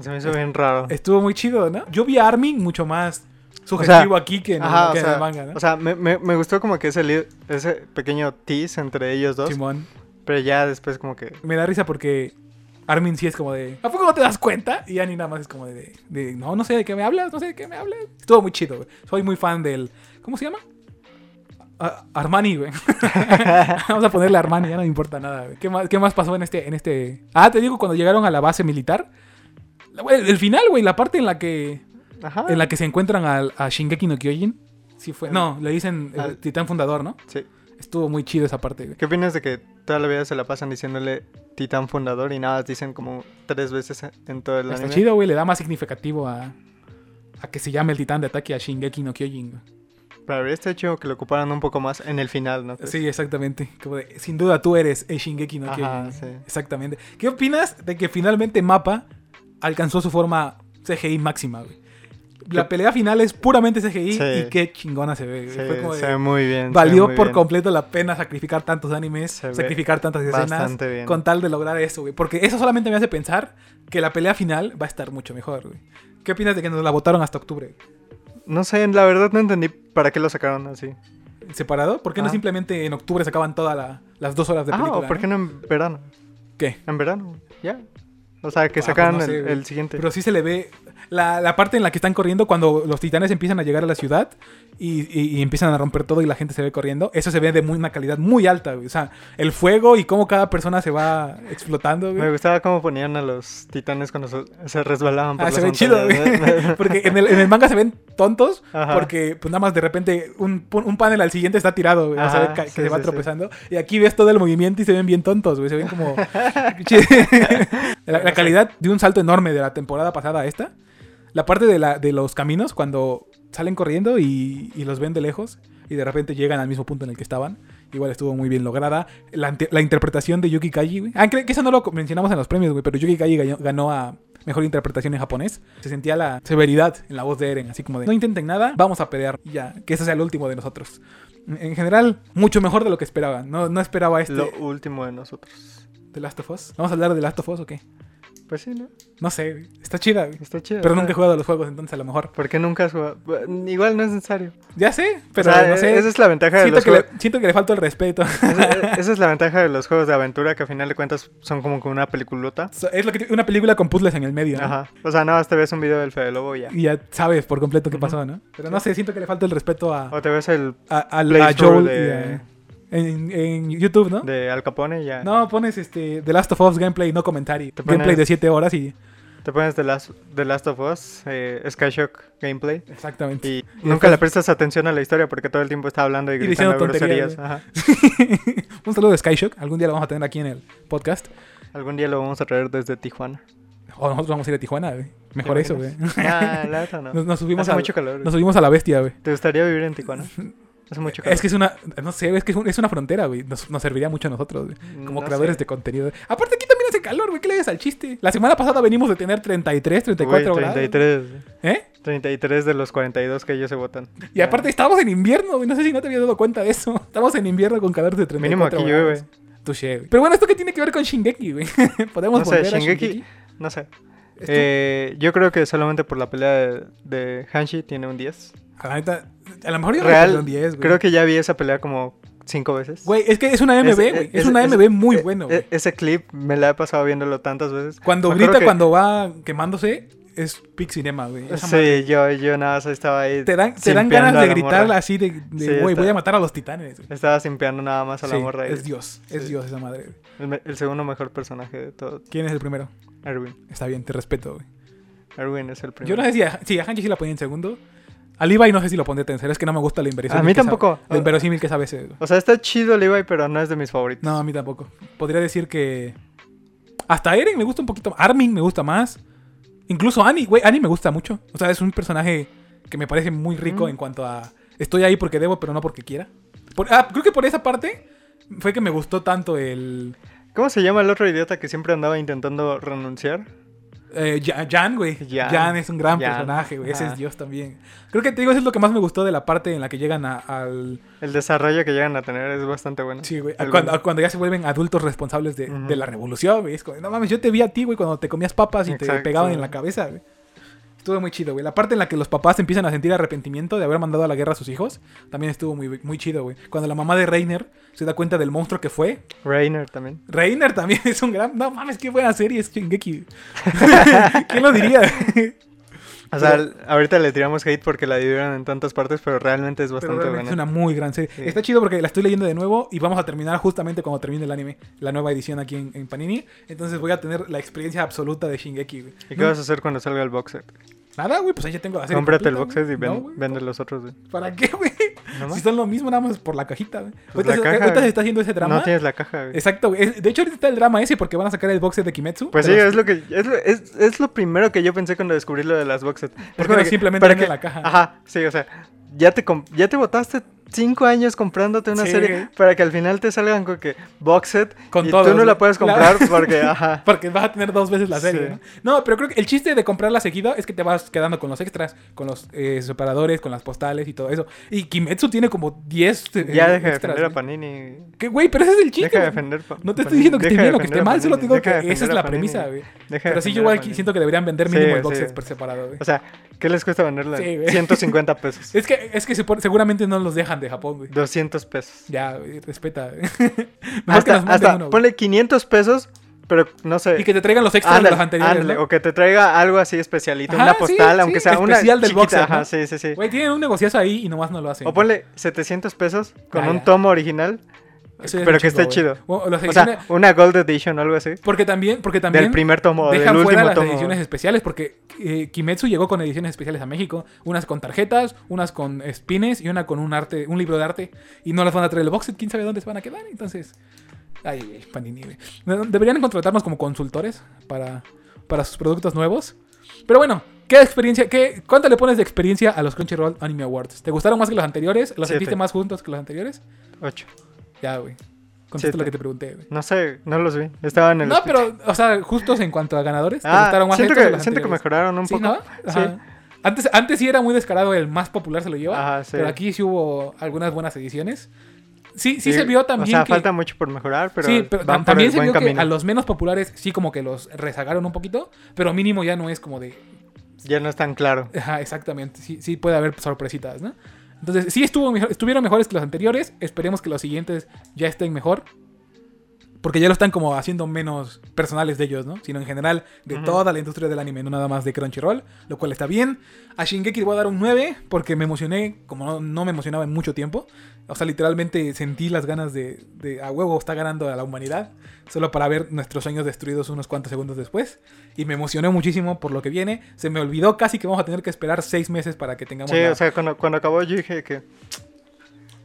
Speaker 2: Se me hizo
Speaker 1: Este,
Speaker 2: bien raro.
Speaker 1: Estuvo muy chido, ¿no? Yo vi a Armin mucho más sugestivo aquí que en, el-
Speaker 2: Ajá, o
Speaker 1: que en
Speaker 2: sea,
Speaker 1: el manga, ¿no?
Speaker 2: o sea, me, me- me gustó como que ese, li- ese pequeño tease entre ellos dos,
Speaker 1: Simón.
Speaker 2: pero ya después como que...
Speaker 1: Me da risa porque Armin sí es como de, ¿a poco no te das cuenta? Y Annie nada más es como de, de- de, no, no sé de qué me hablas, no sé de qué me hablas. Estuvo muy chido, güey. Soy muy fan del, ¿cómo se llama? A- Armani, güey. Vamos a ponerle Armani, ya no me importa nada, güey. ¿Qué más, qué más pasó en este, en este...? Ah, te digo, cuando llegaron a la base militar. la- güey, el final, güey, la parte en la que
Speaker 2: Ajá.
Speaker 1: en la que se encuentran al- a, Shingeki no Kyojin. Sí fue. No, le dicen el
Speaker 2: Al-
Speaker 1: titán fundador, ¿no?
Speaker 2: Sí.
Speaker 1: Estuvo muy chido esa parte, güey.
Speaker 2: ¿Qué opinas de que toda la vida se la pasan diciéndole titán fundador y nada, más dicen como tres veces en todo el
Speaker 1: Está
Speaker 2: anime?
Speaker 1: chido, güey. Le da más significativo a, a que se llame el titán de ataque a Shingeki no Kyojin. güey.
Speaker 2: Pero habría estado chido que lo ocuparan un poco más en el final, ¿no?
Speaker 1: Sí, exactamente. Como de, sin duda tú eres el Shingeki no
Speaker 2: Ajá,
Speaker 1: Kyojin.
Speaker 2: sí.
Speaker 1: Exactamente. ¿Qué opinas de que finalmente Mapa alcanzó su forma CGI máxima, güey? La
Speaker 2: Que-
Speaker 1: pelea final es puramente CGI
Speaker 2: Sí.
Speaker 1: y qué chingona se ve. güey.
Speaker 2: Sí,
Speaker 1: Fue como de,
Speaker 2: se ve muy bien. se ve
Speaker 1: Valió
Speaker 2: muy
Speaker 1: por
Speaker 2: bien.
Speaker 1: completo la pena sacrificar tantos animes,
Speaker 2: Se ve
Speaker 1: sacrificar tantas escenas,
Speaker 2: bastante bien.
Speaker 1: con tal de lograr eso, güey. Porque eso solamente me hace pensar que la pelea final va a estar mucho mejor, güey. ¿Qué opinas de que nos la votaron hasta octubre?
Speaker 2: No sé, la verdad no entendí para qué lo sacaron así.
Speaker 1: ¿Separado? ¿Por qué no
Speaker 2: Ah.
Speaker 1: simplemente en octubre sacaban todas las dos horas de
Speaker 2: Ah,
Speaker 1: película?
Speaker 2: ¿o ¿por qué
Speaker 1: no?
Speaker 2: no en verano?
Speaker 1: ¿Qué?
Speaker 2: En verano, ya. O sea, que
Speaker 1: Ah,
Speaker 2: sacaran
Speaker 1: pues no sé,
Speaker 2: el,
Speaker 1: güey.
Speaker 2: el siguiente.
Speaker 1: Pero sí se le ve la, la parte en la que están corriendo cuando los titanes empiezan a llegar a la ciudad y, y- y empiezan a romper todo y la gente se ve corriendo. Eso se ve de muy- una calidad muy alta, güey. O sea, el fuego y cómo cada persona se va explotando, güey.
Speaker 2: Me gustaba cómo ponían a los titanes cuando se, se resbalaban por
Speaker 1: Ah,
Speaker 2: las
Speaker 1: se ve chido,
Speaker 2: montañas,
Speaker 1: güey.
Speaker 2: ¿no?
Speaker 1: Porque en el, en el manga se ven tontos.
Speaker 2: Ajá.
Speaker 1: Porque, pues nada más de repente, un, un panel al siguiente está tirado, güey. O sea,
Speaker 2: Ajá,
Speaker 1: ca- que
Speaker 2: sí,
Speaker 1: se va
Speaker 2: sí, sí.
Speaker 1: tropezando. Y aquí ves todo el movimiento y se ven bien tontos, güey. Se ven como. la, la calidad de un salto enorme de la temporada pasada a esta. La parte de, la, de los caminos, cuando salen corriendo y, y los ven de lejos. Y de repente llegan al mismo punto en el que estaban. Igual estuvo muy bien lograda. La, ante- la interpretación de Yuki Kaji, güey. Ah, creo que eso no lo mencionamos en los premios, güey. Pero Yuki Kaji ganó, ganó a mejor interpretación en japonés. Se sentía la severidad en la voz de Eren. Así como de, no intenten nada, vamos a pelear. Y ya, que ese sea el último de nosotros. En- En general, mucho mejor de lo que esperaba. No, no esperaba este
Speaker 2: Lo último de nosotros.
Speaker 1: The Last of Us. ¿Vamos a hablar de The Last of Us o qué?
Speaker 2: Pues sí, ¿no?
Speaker 1: No sé, güey. Está chida, güey.
Speaker 2: Está chido.
Speaker 1: Pero nunca he
Speaker 2: ¿no?
Speaker 1: jugado a los juegos, entonces a lo mejor.
Speaker 2: ¿Por qué nunca has jugado? Bueno, Igual no es necesario.
Speaker 1: Ya sé, pero
Speaker 2: O sea,
Speaker 1: no sé.
Speaker 2: Esa es la ventaja de
Speaker 1: siento,
Speaker 2: los
Speaker 1: que
Speaker 2: juegos.
Speaker 1: le, siento que le falta el respeto.
Speaker 2: Esa, esa es la ventaja de los juegos de aventura que al final de cuentas son como con una peliculota.
Speaker 1: So- es lo que una película con puzzles en el medio. ¿no?
Speaker 2: Ajá. O sea, nada más te ves un video del Fede Lobo y ya.
Speaker 1: Y ya sabes por completo qué pasó, ¿no? Pero no
Speaker 2: Sí.
Speaker 1: sé, siento que le falta el respeto a,
Speaker 2: O te ves el
Speaker 1: a, al- a
Speaker 2: playthrough
Speaker 1: Joel
Speaker 2: de-
Speaker 1: y a- en, en YouTube, ¿no?
Speaker 2: de Al Capone y ya.
Speaker 1: No, pones este The Last of Us gameplay, no comentario.
Speaker 2: Te pones-
Speaker 1: Gameplay de 7 horas y.
Speaker 2: Te pones The Last, The Last of Us, eh, Sky Shock Gameplay.
Speaker 1: Exactamente.
Speaker 2: Y
Speaker 1: después-
Speaker 2: nunca le prestas atención a la historia porque todo el tiempo está hablando y
Speaker 1: diciendo
Speaker 2: gritando
Speaker 1: tonterías,
Speaker 2: groserías. Ajá.
Speaker 1: Un saludo de Skyshock. Algún día lo vamos a tener aquí en el podcast.
Speaker 2: Algún día lo vamos a traer desde Tijuana.
Speaker 1: O nosotros vamos a ir a Tijuana, güey. Mejor
Speaker 2: ¿Te
Speaker 1: eso, güey.
Speaker 2: imaginas? Ah, la neta no.
Speaker 1: Nos, nos subimos
Speaker 2: Hace
Speaker 1: a,
Speaker 2: mucho calor.
Speaker 1: nos subimos a la bestia, güey.
Speaker 2: ¿Te gustaría vivir en Tijuana? Hace mucho calor.
Speaker 1: Es que es una. No sé, güey, es que es, un- es una frontera, güey. Nos, nos serviría mucho a nosotros, güey. Como
Speaker 2: Mm, No
Speaker 1: creadores
Speaker 2: sé.
Speaker 1: de contenido. Aparte, aquí también hace calor, güey. ¿Qué le des al chiste? La semana pasada venimos de tener 33, 34
Speaker 2: Uy,
Speaker 1: grados.
Speaker 2: 33.
Speaker 1: ¿Eh?
Speaker 2: 33 de los 42 que ellos se votan.
Speaker 1: Y aparte, estamos en invierno, güey. No sé si no te habías dado cuenta de eso. Estamos en invierno con calor de 34
Speaker 2: Mínimo aquí
Speaker 1: grados.
Speaker 2: llueve.
Speaker 1: Touché, güey. Pero bueno, ¿esto qué tiene que ver con Shingeki, güey? ¿Podemos
Speaker 2: No sé,
Speaker 1: volver
Speaker 2: Shingeki-
Speaker 1: a Shingeki?
Speaker 2: Ah, No sé.
Speaker 1: ¿Es tu-
Speaker 2: Eh, yo creo que solamente por la pelea de, de Hanshi tiene un 10.
Speaker 1: A Ah, la neta, a lo mejor yo
Speaker 2: Real,
Speaker 1: le pondría un 10, güey.
Speaker 2: Creo que ya vi esa pelea como cinco veces.
Speaker 1: Güey, es que es una MB,
Speaker 2: Ese-
Speaker 1: güey. Es,
Speaker 2: ese-
Speaker 1: una
Speaker 2: ese-
Speaker 1: MB muy
Speaker 2: e-
Speaker 1: bueno,
Speaker 2: e-
Speaker 1: güey.
Speaker 2: Ese clip me la he pasado viéndolo tantas veces.
Speaker 1: Cuando
Speaker 2: Me
Speaker 1: grita,
Speaker 2: acuerdo que-
Speaker 1: cuando va quemándose, es Pic Cinema, güey. Esa madre.
Speaker 2: Sí, yo, yo nada más estaba ahí.
Speaker 1: Te dan, te dan
Speaker 2: simpeando
Speaker 1: ganas
Speaker 2: a
Speaker 1: de
Speaker 2: la
Speaker 1: gritar
Speaker 2: morra.
Speaker 1: así de, de,
Speaker 2: Sí,
Speaker 1: güey,
Speaker 2: está-
Speaker 1: voy a matar a los titanes. güey.
Speaker 2: Estaba simpeando nada más a la
Speaker 1: Sí,
Speaker 2: morra. y-
Speaker 1: es Dios, es
Speaker 2: Sí.
Speaker 1: Dios esa madre. güey.
Speaker 2: El, me- el segundo mejor personaje de todo.
Speaker 1: ¿Quién es el primero?
Speaker 2: Erwin.
Speaker 1: Está bien, te respeto, güey.
Speaker 2: Erwin es el primero.
Speaker 1: Yo no sé si a, si a Hanji sí la ponía en segundo. A Levi no sé si lo pondría en tercero. Es que no me gusta la inversión.
Speaker 2: A mí tampoco.
Speaker 1: Lo inverosímil que es a veces. güey.
Speaker 2: O sea, está chido Levi, pero no es de mis favoritos.
Speaker 1: No, a mí tampoco. Podría decir que. Hasta Eren me gusta un poquito. Armin me gusta más. Incluso Annie, güey. Annie me gusta mucho. O sea, es un personaje que me parece muy rico
Speaker 2: Mm.
Speaker 1: en cuanto a. Estoy ahí porque debo, pero no porque quiera. Por- ah, creo que por esa parte fue que me gustó tanto el.
Speaker 2: ¿Cómo se llama el otro idiota que siempre andaba intentando renunciar?
Speaker 1: eh, Ja- Jan, güey. Jan.
Speaker 2: Jan.
Speaker 1: es un gran
Speaker 2: Jan.
Speaker 1: personaje, güey. Ese
Speaker 2: Ajá.
Speaker 1: es Dios también. Creo que te digo, eso es lo que más me gustó de la parte en la que llegan a- al.
Speaker 2: El desarrollo que llegan a tener es bastante bueno.
Speaker 1: Sí, güey. a
Speaker 2: El
Speaker 1: Cuando,
Speaker 2: bueno.
Speaker 1: a cuando ya se vuelven adultos responsables de,
Speaker 2: Ujú.
Speaker 1: de la revolución, güey. Es como, no mames, yo te vi a ti, güey, cuando te comías papas y te
Speaker 2: Exacto.
Speaker 1: pegaban en la cabeza, güey. Estuvo muy chido, güey. La parte en la que los papás empiezan a sentir arrepentimiento de haber mandado a la guerra a sus hijos, también estuvo muy, muy chido, güey. Cuando la mamá de Reiner se da cuenta del monstruo que fue,
Speaker 2: Rainer también.
Speaker 1: Reiner también es un gran. No mames, qué buena serie es Shingeki. ¿Quién lo diría?
Speaker 2: O sea,
Speaker 1: Pero-
Speaker 2: l- ahorita le tiramos hate porque la dividieron en tantas partes, pero realmente es
Speaker 1: Pero
Speaker 2: bastante
Speaker 1: realmente es
Speaker 2: buena.
Speaker 1: una muy gran serie.
Speaker 2: Sí.
Speaker 1: Está chido porque la estoy leyendo de nuevo y vamos a terminar justamente cuando termine el anime, la nueva edición aquí en, en Panini. Entonces voy a tener la experiencia absoluta de Shingeki, güey.
Speaker 2: ¿Y qué vas a hacer cuando salga el box set?
Speaker 1: Nada, güey, pues ahí ya tengo la serie.
Speaker 2: Cómprate el box
Speaker 1: completa,
Speaker 2: set y
Speaker 1: güey.
Speaker 2: ven-
Speaker 1: No, güey.
Speaker 2: vende los otros, güey.
Speaker 1: ¿Para qué, güey?
Speaker 2: ¿No
Speaker 1: Si
Speaker 2: más?
Speaker 1: son lo mismo, nada más por la cajita, güey.
Speaker 2: Pues
Speaker 1: ahorita,
Speaker 2: la
Speaker 1: se,
Speaker 2: caja,
Speaker 1: ahorita se
Speaker 2: güey.
Speaker 1: está haciendo ese drama.
Speaker 2: No tienes la caja, güey.
Speaker 1: Exacto, güey. Es- De hecho, ahorita está el drama ese porque van a sacar el box set de Kimetsu.
Speaker 2: Pues sí,
Speaker 1: pero-
Speaker 2: es lo que es lo, es, es lo primero que yo pensé cuando descubrí lo de las box set. Es
Speaker 1: Porque
Speaker 2: como
Speaker 1: no
Speaker 2: que-
Speaker 1: simplemente
Speaker 2: para
Speaker 1: venden
Speaker 2: que-
Speaker 1: la caja.
Speaker 2: Ajá, sí, o sea, ya te comp- ya te botaste cinco años comprándote una
Speaker 1: Sí, güey.
Speaker 2: serie para que al final te salgan con que box set
Speaker 1: Con
Speaker 2: y
Speaker 1: todos,
Speaker 2: tú no
Speaker 1: güey.
Speaker 2: la puedes
Speaker 1: La-
Speaker 2: comprar porque ajá.
Speaker 1: Porque vas a tener dos veces la serie,
Speaker 2: Sí.
Speaker 1: ¿no? No, pero creo que el chiste de comprarla seguido es que te vas quedando con los extras, con los eh, separadores, con las postales y todo eso. Y Kimetsu tiene como 10 eh,
Speaker 2: Ya deja de
Speaker 1: extras,
Speaker 2: defender a
Speaker 1: güey.
Speaker 2: Panini.
Speaker 1: Que, güey, pero ese es el chiste.
Speaker 2: Deja de
Speaker 1: güey.
Speaker 2: defender. pa-
Speaker 1: No te estoy
Speaker 2: Panini.
Speaker 1: diciendo que esté
Speaker 2: Deja de
Speaker 1: bien o que esté
Speaker 2: defender a
Speaker 1: mal, solo te
Speaker 2: Panini.
Speaker 1: digo
Speaker 2: Deja de
Speaker 1: que esa es
Speaker 2: defender a
Speaker 1: la
Speaker 2: Panini.
Speaker 1: premisa, güey.
Speaker 2: Deja de
Speaker 1: Pero sí, yo
Speaker 2: defender a
Speaker 1: igual
Speaker 2: Panini.
Speaker 1: siento que deberían vender mínimo
Speaker 2: Sí,
Speaker 1: el box
Speaker 2: sí.
Speaker 1: set por separado, güey.
Speaker 2: O sea, ¿qué les cuesta venderla?
Speaker 1: Sí, güey.
Speaker 2: 150 pesos.
Speaker 1: es que, es que se pone- seguramente no los dejan de Japón, güey.
Speaker 2: 200 pesos.
Speaker 1: Ya, güey, respeta. güey. Mejor que
Speaker 2: Hasta,
Speaker 1: nos manden
Speaker 2: hasta
Speaker 1: uno, güey.
Speaker 2: ponle 500 pesos, pero no sé.
Speaker 1: Y que te traigan los extras de
Speaker 2: Ándale,
Speaker 1: los anteriores.
Speaker 2: ándale,
Speaker 1: ¿no?
Speaker 2: O que te traiga algo así especialito,
Speaker 1: Ajá,
Speaker 2: una
Speaker 1: sí,
Speaker 2: postal, aunque
Speaker 1: sí,
Speaker 2: sea una
Speaker 1: especial del
Speaker 2: chiquita,
Speaker 1: box set,
Speaker 2: ajá,
Speaker 1: ¿no?
Speaker 2: sí, sí, sí.
Speaker 1: Güey, tienen un negociazo ahí y nomás no lo hacen.
Speaker 2: O ponle 700 pesos con
Speaker 1: Ya,
Speaker 2: un
Speaker 1: Ah, ya.
Speaker 2: tomo original,
Speaker 1: Eso es
Speaker 2: pero
Speaker 1: un
Speaker 2: que esté
Speaker 1: chingo,
Speaker 2: chido.
Speaker 1: güey. O- o las
Speaker 2: o sea,
Speaker 1: ediciones-
Speaker 2: una gold edition o algo así,
Speaker 1: porque también, porque también
Speaker 2: del primer tomo o del
Speaker 1: dejan
Speaker 2: último
Speaker 1: fuera las
Speaker 2: tomo.
Speaker 1: ediciones especiales, porque eh, Kimetsu llegó con ediciones especiales a México, unas con tarjetas, unas con spines y una con un arte, un libro de arte, y no las van a traer el box set, quién sabe dónde se van a quedar, entonces, ay, güey, Panini, güey. No, deberían contratarnos como consultores para, para sus productos nuevos, pero bueno. ¿Qué experiencia? Qué, ¿Cuánto le pones de experiencia a los Crunchyroll Anime Awards? ¿Te gustaron más que los anteriores? ¿Los
Speaker 2: Siete.
Speaker 1: sentiste más juntos que los anteriores?
Speaker 2: Ocho.
Speaker 1: Ya, güey. Contesta
Speaker 2: Siete.
Speaker 1: lo que te pregunté, güey.
Speaker 2: No sé, no los vi. Estaban en el.
Speaker 1: No, pero, o sea, justos en cuanto a ganadores, ¿te
Speaker 2: Ah,
Speaker 1: gustaron más
Speaker 2: siento
Speaker 1: estos o
Speaker 2: que,
Speaker 1: los
Speaker 2: siento que
Speaker 1: anteriores?
Speaker 2: mejoraron un
Speaker 1: Sí,
Speaker 2: poco.
Speaker 1: ¿no? Ajá. Antes, antes sí era muy descarado, el más popular se lo lleva.
Speaker 2: Ajá, sí.
Speaker 1: Pero aquí sí hubo algunas buenas ediciones. Sí, sí,
Speaker 2: Y,
Speaker 1: se vio también.
Speaker 2: O sea,
Speaker 1: que,
Speaker 2: falta mucho por mejorar, pero.
Speaker 1: sí, pero tam-
Speaker 2: van por
Speaker 1: también
Speaker 2: el
Speaker 1: se
Speaker 2: buen
Speaker 1: vio que
Speaker 2: camino.
Speaker 1: a los menos populares sí como que los rezagaron un poquito, pero mínimo ya no es como de.
Speaker 2: Ya no es tan claro.
Speaker 1: Ajá, exactamente. Sí, sí puede haber sorpresitas, ¿no? Entonces, sí estuvo mejor- estuvieron mejores que los anteriores. Esperemos que los siguientes ya estén mejor. Porque ya lo están como haciendo menos personales de ellos, ¿no? Sino en general de
Speaker 2: Ujú.
Speaker 1: toda la industria del anime, no nada más de Crunchyroll, lo cual está bien. A Shingeki le voy a dar un 9 porque me emocioné, como no, no me emocionaba en mucho tiempo. O sea, literalmente sentí las ganas de, de a huevo está ganando a la humanidad, solo para ver nuestros sueños destruidos unos cuantos segundos después. Y me emocioné muchísimo por lo que viene. Se me olvidó casi que vamos a tener que esperar 6 meses para que tengamos...
Speaker 2: Sí,
Speaker 1: la-
Speaker 2: o sea, cuando, cuando acabó yo dije que.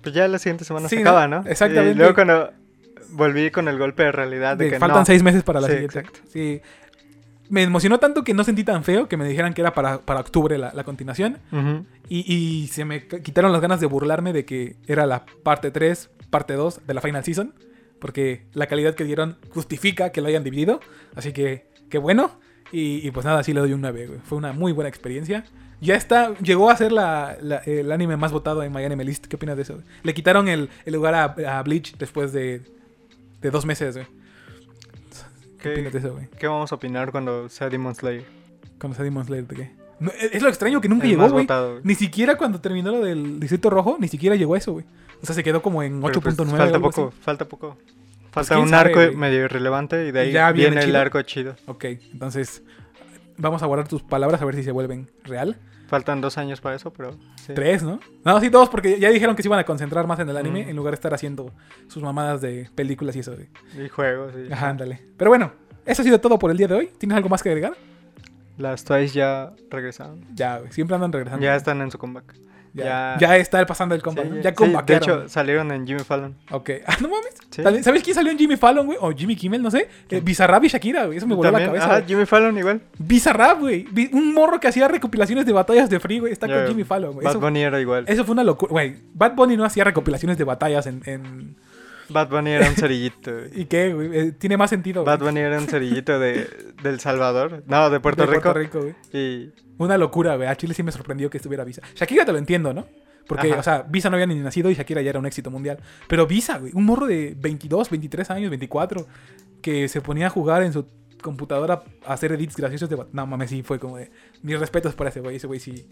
Speaker 2: Pues ya la siguiente semana
Speaker 1: Sí,
Speaker 2: se
Speaker 1: ¿no?
Speaker 2: acaba, ¿no?
Speaker 1: Exactamente.
Speaker 2: Y luego cuando volví con el golpe de realidad de,
Speaker 1: de
Speaker 2: que
Speaker 1: faltan
Speaker 2: no.
Speaker 1: seis meses para la
Speaker 2: Sí,
Speaker 1: siguiente.
Speaker 2: exacto.
Speaker 1: Sí. Me emocionó tanto que no sentí tan feo que me dijeran que era para, para octubre la, la continuación.
Speaker 2: Ujú.
Speaker 1: Y, y se me qu- quitaron las ganas de burlarme de que era la parte 3, parte 2 de la Final Season. Porque la calidad que dieron justifica que lo hayan dividido. Así que, qué bueno. Y, y pues nada, sí le doy un 9. güey. Fue una muy buena experiencia. Ya está, llegó a ser la- la- el anime más votado en MyAnimeList. ¿Qué opinas de eso? güey? Le quitaron el, el lugar a, a Bleach después de, de dos meses, güey. ¿Qué opinas de
Speaker 2: ¿Qué,
Speaker 1: eso, güey?
Speaker 2: qué vamos a opinar cuando sea Demon Slayer?
Speaker 1: Cuando sea Demon Slayer, ¿de qué? No, e-, es es lo extraño que nunca
Speaker 2: El
Speaker 1: llegó,
Speaker 2: más
Speaker 1: güey.
Speaker 2: votado, güey.
Speaker 1: Ni siquiera cuando terminó lo del Distrito Rojo, ni siquiera llegó a eso, güey. O sea, se quedó como en
Speaker 2: Pero, pues,
Speaker 1: 8.9. o
Speaker 2: falta
Speaker 1: algo
Speaker 2: poco,
Speaker 1: así. Pues,
Speaker 2: falta poco. Falta
Speaker 1: quién
Speaker 2: un
Speaker 1: sabe,
Speaker 2: arco
Speaker 1: güey.
Speaker 2: medio irrelevante y de ahí
Speaker 1: Ya viene
Speaker 2: viene el
Speaker 1: chido.
Speaker 2: arco chido.
Speaker 1: Ok, entonces vamos a guardar tus palabras a ver si se vuelven real.
Speaker 2: Faltan dos años para eso, pero. sí.
Speaker 1: Tres, ¿no? No, sí, dos, porque ya dijeron que se iban a concentrar más en el anime
Speaker 2: Mm.
Speaker 1: en lugar de estar haciendo sus mamadas de películas y eso, güey.
Speaker 2: Y juegos. Y...
Speaker 1: Ajá, ándale. Pero bueno, eso ha sido todo por el día de hoy. ¿Tienes algo más que agregar?
Speaker 2: Las Twice ya regresaron.
Speaker 1: Ya, güey, siempre andan regresando.
Speaker 2: Ya están en su comeback.
Speaker 1: Ah, ya,
Speaker 2: ya-
Speaker 1: ya está pasando el combate.
Speaker 2: Sí,
Speaker 1: ya
Speaker 2: sí, De
Speaker 1: combaquearon.
Speaker 2: hecho, salieron en Jimmy Fallon.
Speaker 1: Ok. Ah, no mames.
Speaker 2: Sí.
Speaker 1: Tal- ¿Sabes quién salió en Jimmy Fallon, güey? O Jimmy Kimmel, no sé. Eh, Bizarrap y Shakira, güey. Eso me voló
Speaker 2: También,
Speaker 1: la cabeza.
Speaker 2: ajá,
Speaker 1: güey.
Speaker 2: Jimmy Fallon igual.
Speaker 1: Bizarrap, güey. Vi- Un morro que hacía recopilaciones de batallas de free, güey. Está
Speaker 2: Ya,
Speaker 1: con
Speaker 2: ya.
Speaker 1: Jimmy Fallon, güey.
Speaker 2: Bad
Speaker 1: Eso,
Speaker 2: Bunny era igual.
Speaker 1: eso fue una locura, güey. Bad Bunny no hacía recopilaciones de batallas en... en-
Speaker 2: Bad Bunny era un cerillito. güey.
Speaker 1: ¿Y qué, güey? Eh, tiene más sentido, güey.
Speaker 2: Bad Bunny era un cerillito de, del Salvador. No, de Puerto
Speaker 1: De
Speaker 2: Rico.
Speaker 1: güey.
Speaker 2: Y
Speaker 1: Una locura, güey. A Chile sí me sorprendió que estuviera Visa. Shakira te lo entiendo, ¿no? Porque,
Speaker 2: Ajá.
Speaker 1: o sea, Visa no había ni nacido y Shakira ya era un éxito mundial. Pero Visa, güey, un morro de 22, 23 años, 24, que se ponía a jugar en su computadora a hacer edits graciosos de Bat- No mames, sí, fue como de. Mis respetos para ese güey. Ese güey sí.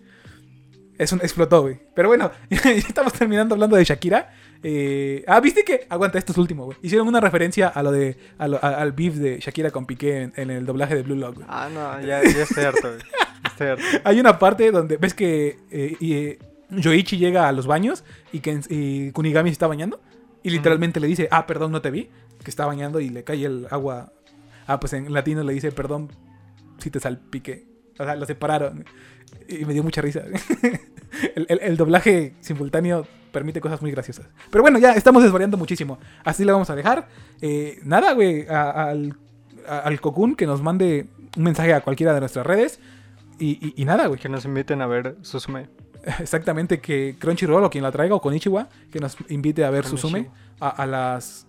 Speaker 1: Es un, explotó, güey. Pero bueno, ya estamos terminando hablando de Shakira. Eh, ah, viste que. Aguanta, esto es último, güey. Hicieron una referencia a lo de. a lo- a- al beef de Shakira con Piqué en, en el doblaje de Blue Lock, güey.
Speaker 2: Ah, no, ya, ya estoy harto, güey. Estoy harto.
Speaker 1: Hay una parte donde ves que eh, y, eh, Yoichi llega a los baños y, que, y Kunigami se está bañando. Y literalmente le dice, ah, perdón, no te vi. Que está bañando y le cae el agua. Ah, pues en latino le dice, perdón si te salpiqué. O sea, lo separaron. Y me dio mucha risa. el, el- el doblaje simultáneo permite cosas muy graciosas. Pero bueno, ya estamos desvariando muchísimo. Así lo vamos a dejar. Eh, nada, güey, a- al, a- al Cocoon que nos mande un mensaje a cualquiera de nuestras redes. Y, y- y nada, güey.
Speaker 2: Que nos inviten a ver Susume.
Speaker 1: Exactamente, que Crunchyroll o quien la traiga, o Konichiwa, que nos invite a ver
Speaker 2: Konichiwa.
Speaker 1: Susume a, a las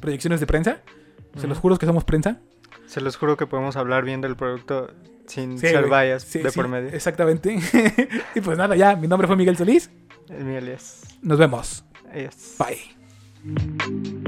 Speaker 1: proyecciones de prensa. Se
Speaker 2: Ujú.
Speaker 1: los juro que somos prensa.
Speaker 2: Se los juro que podemos hablar bien del producto sin
Speaker 1: Sí,
Speaker 2: ser
Speaker 1: güey.
Speaker 2: bias
Speaker 1: Sí,
Speaker 2: de
Speaker 1: sí,
Speaker 2: por medio.
Speaker 1: Exactamente. y pues nada, ya. Mi nombre fue Miguel Solís.
Speaker 2: Es mi alias.
Speaker 1: Nos vemos.
Speaker 2: Alias.
Speaker 1: Bye.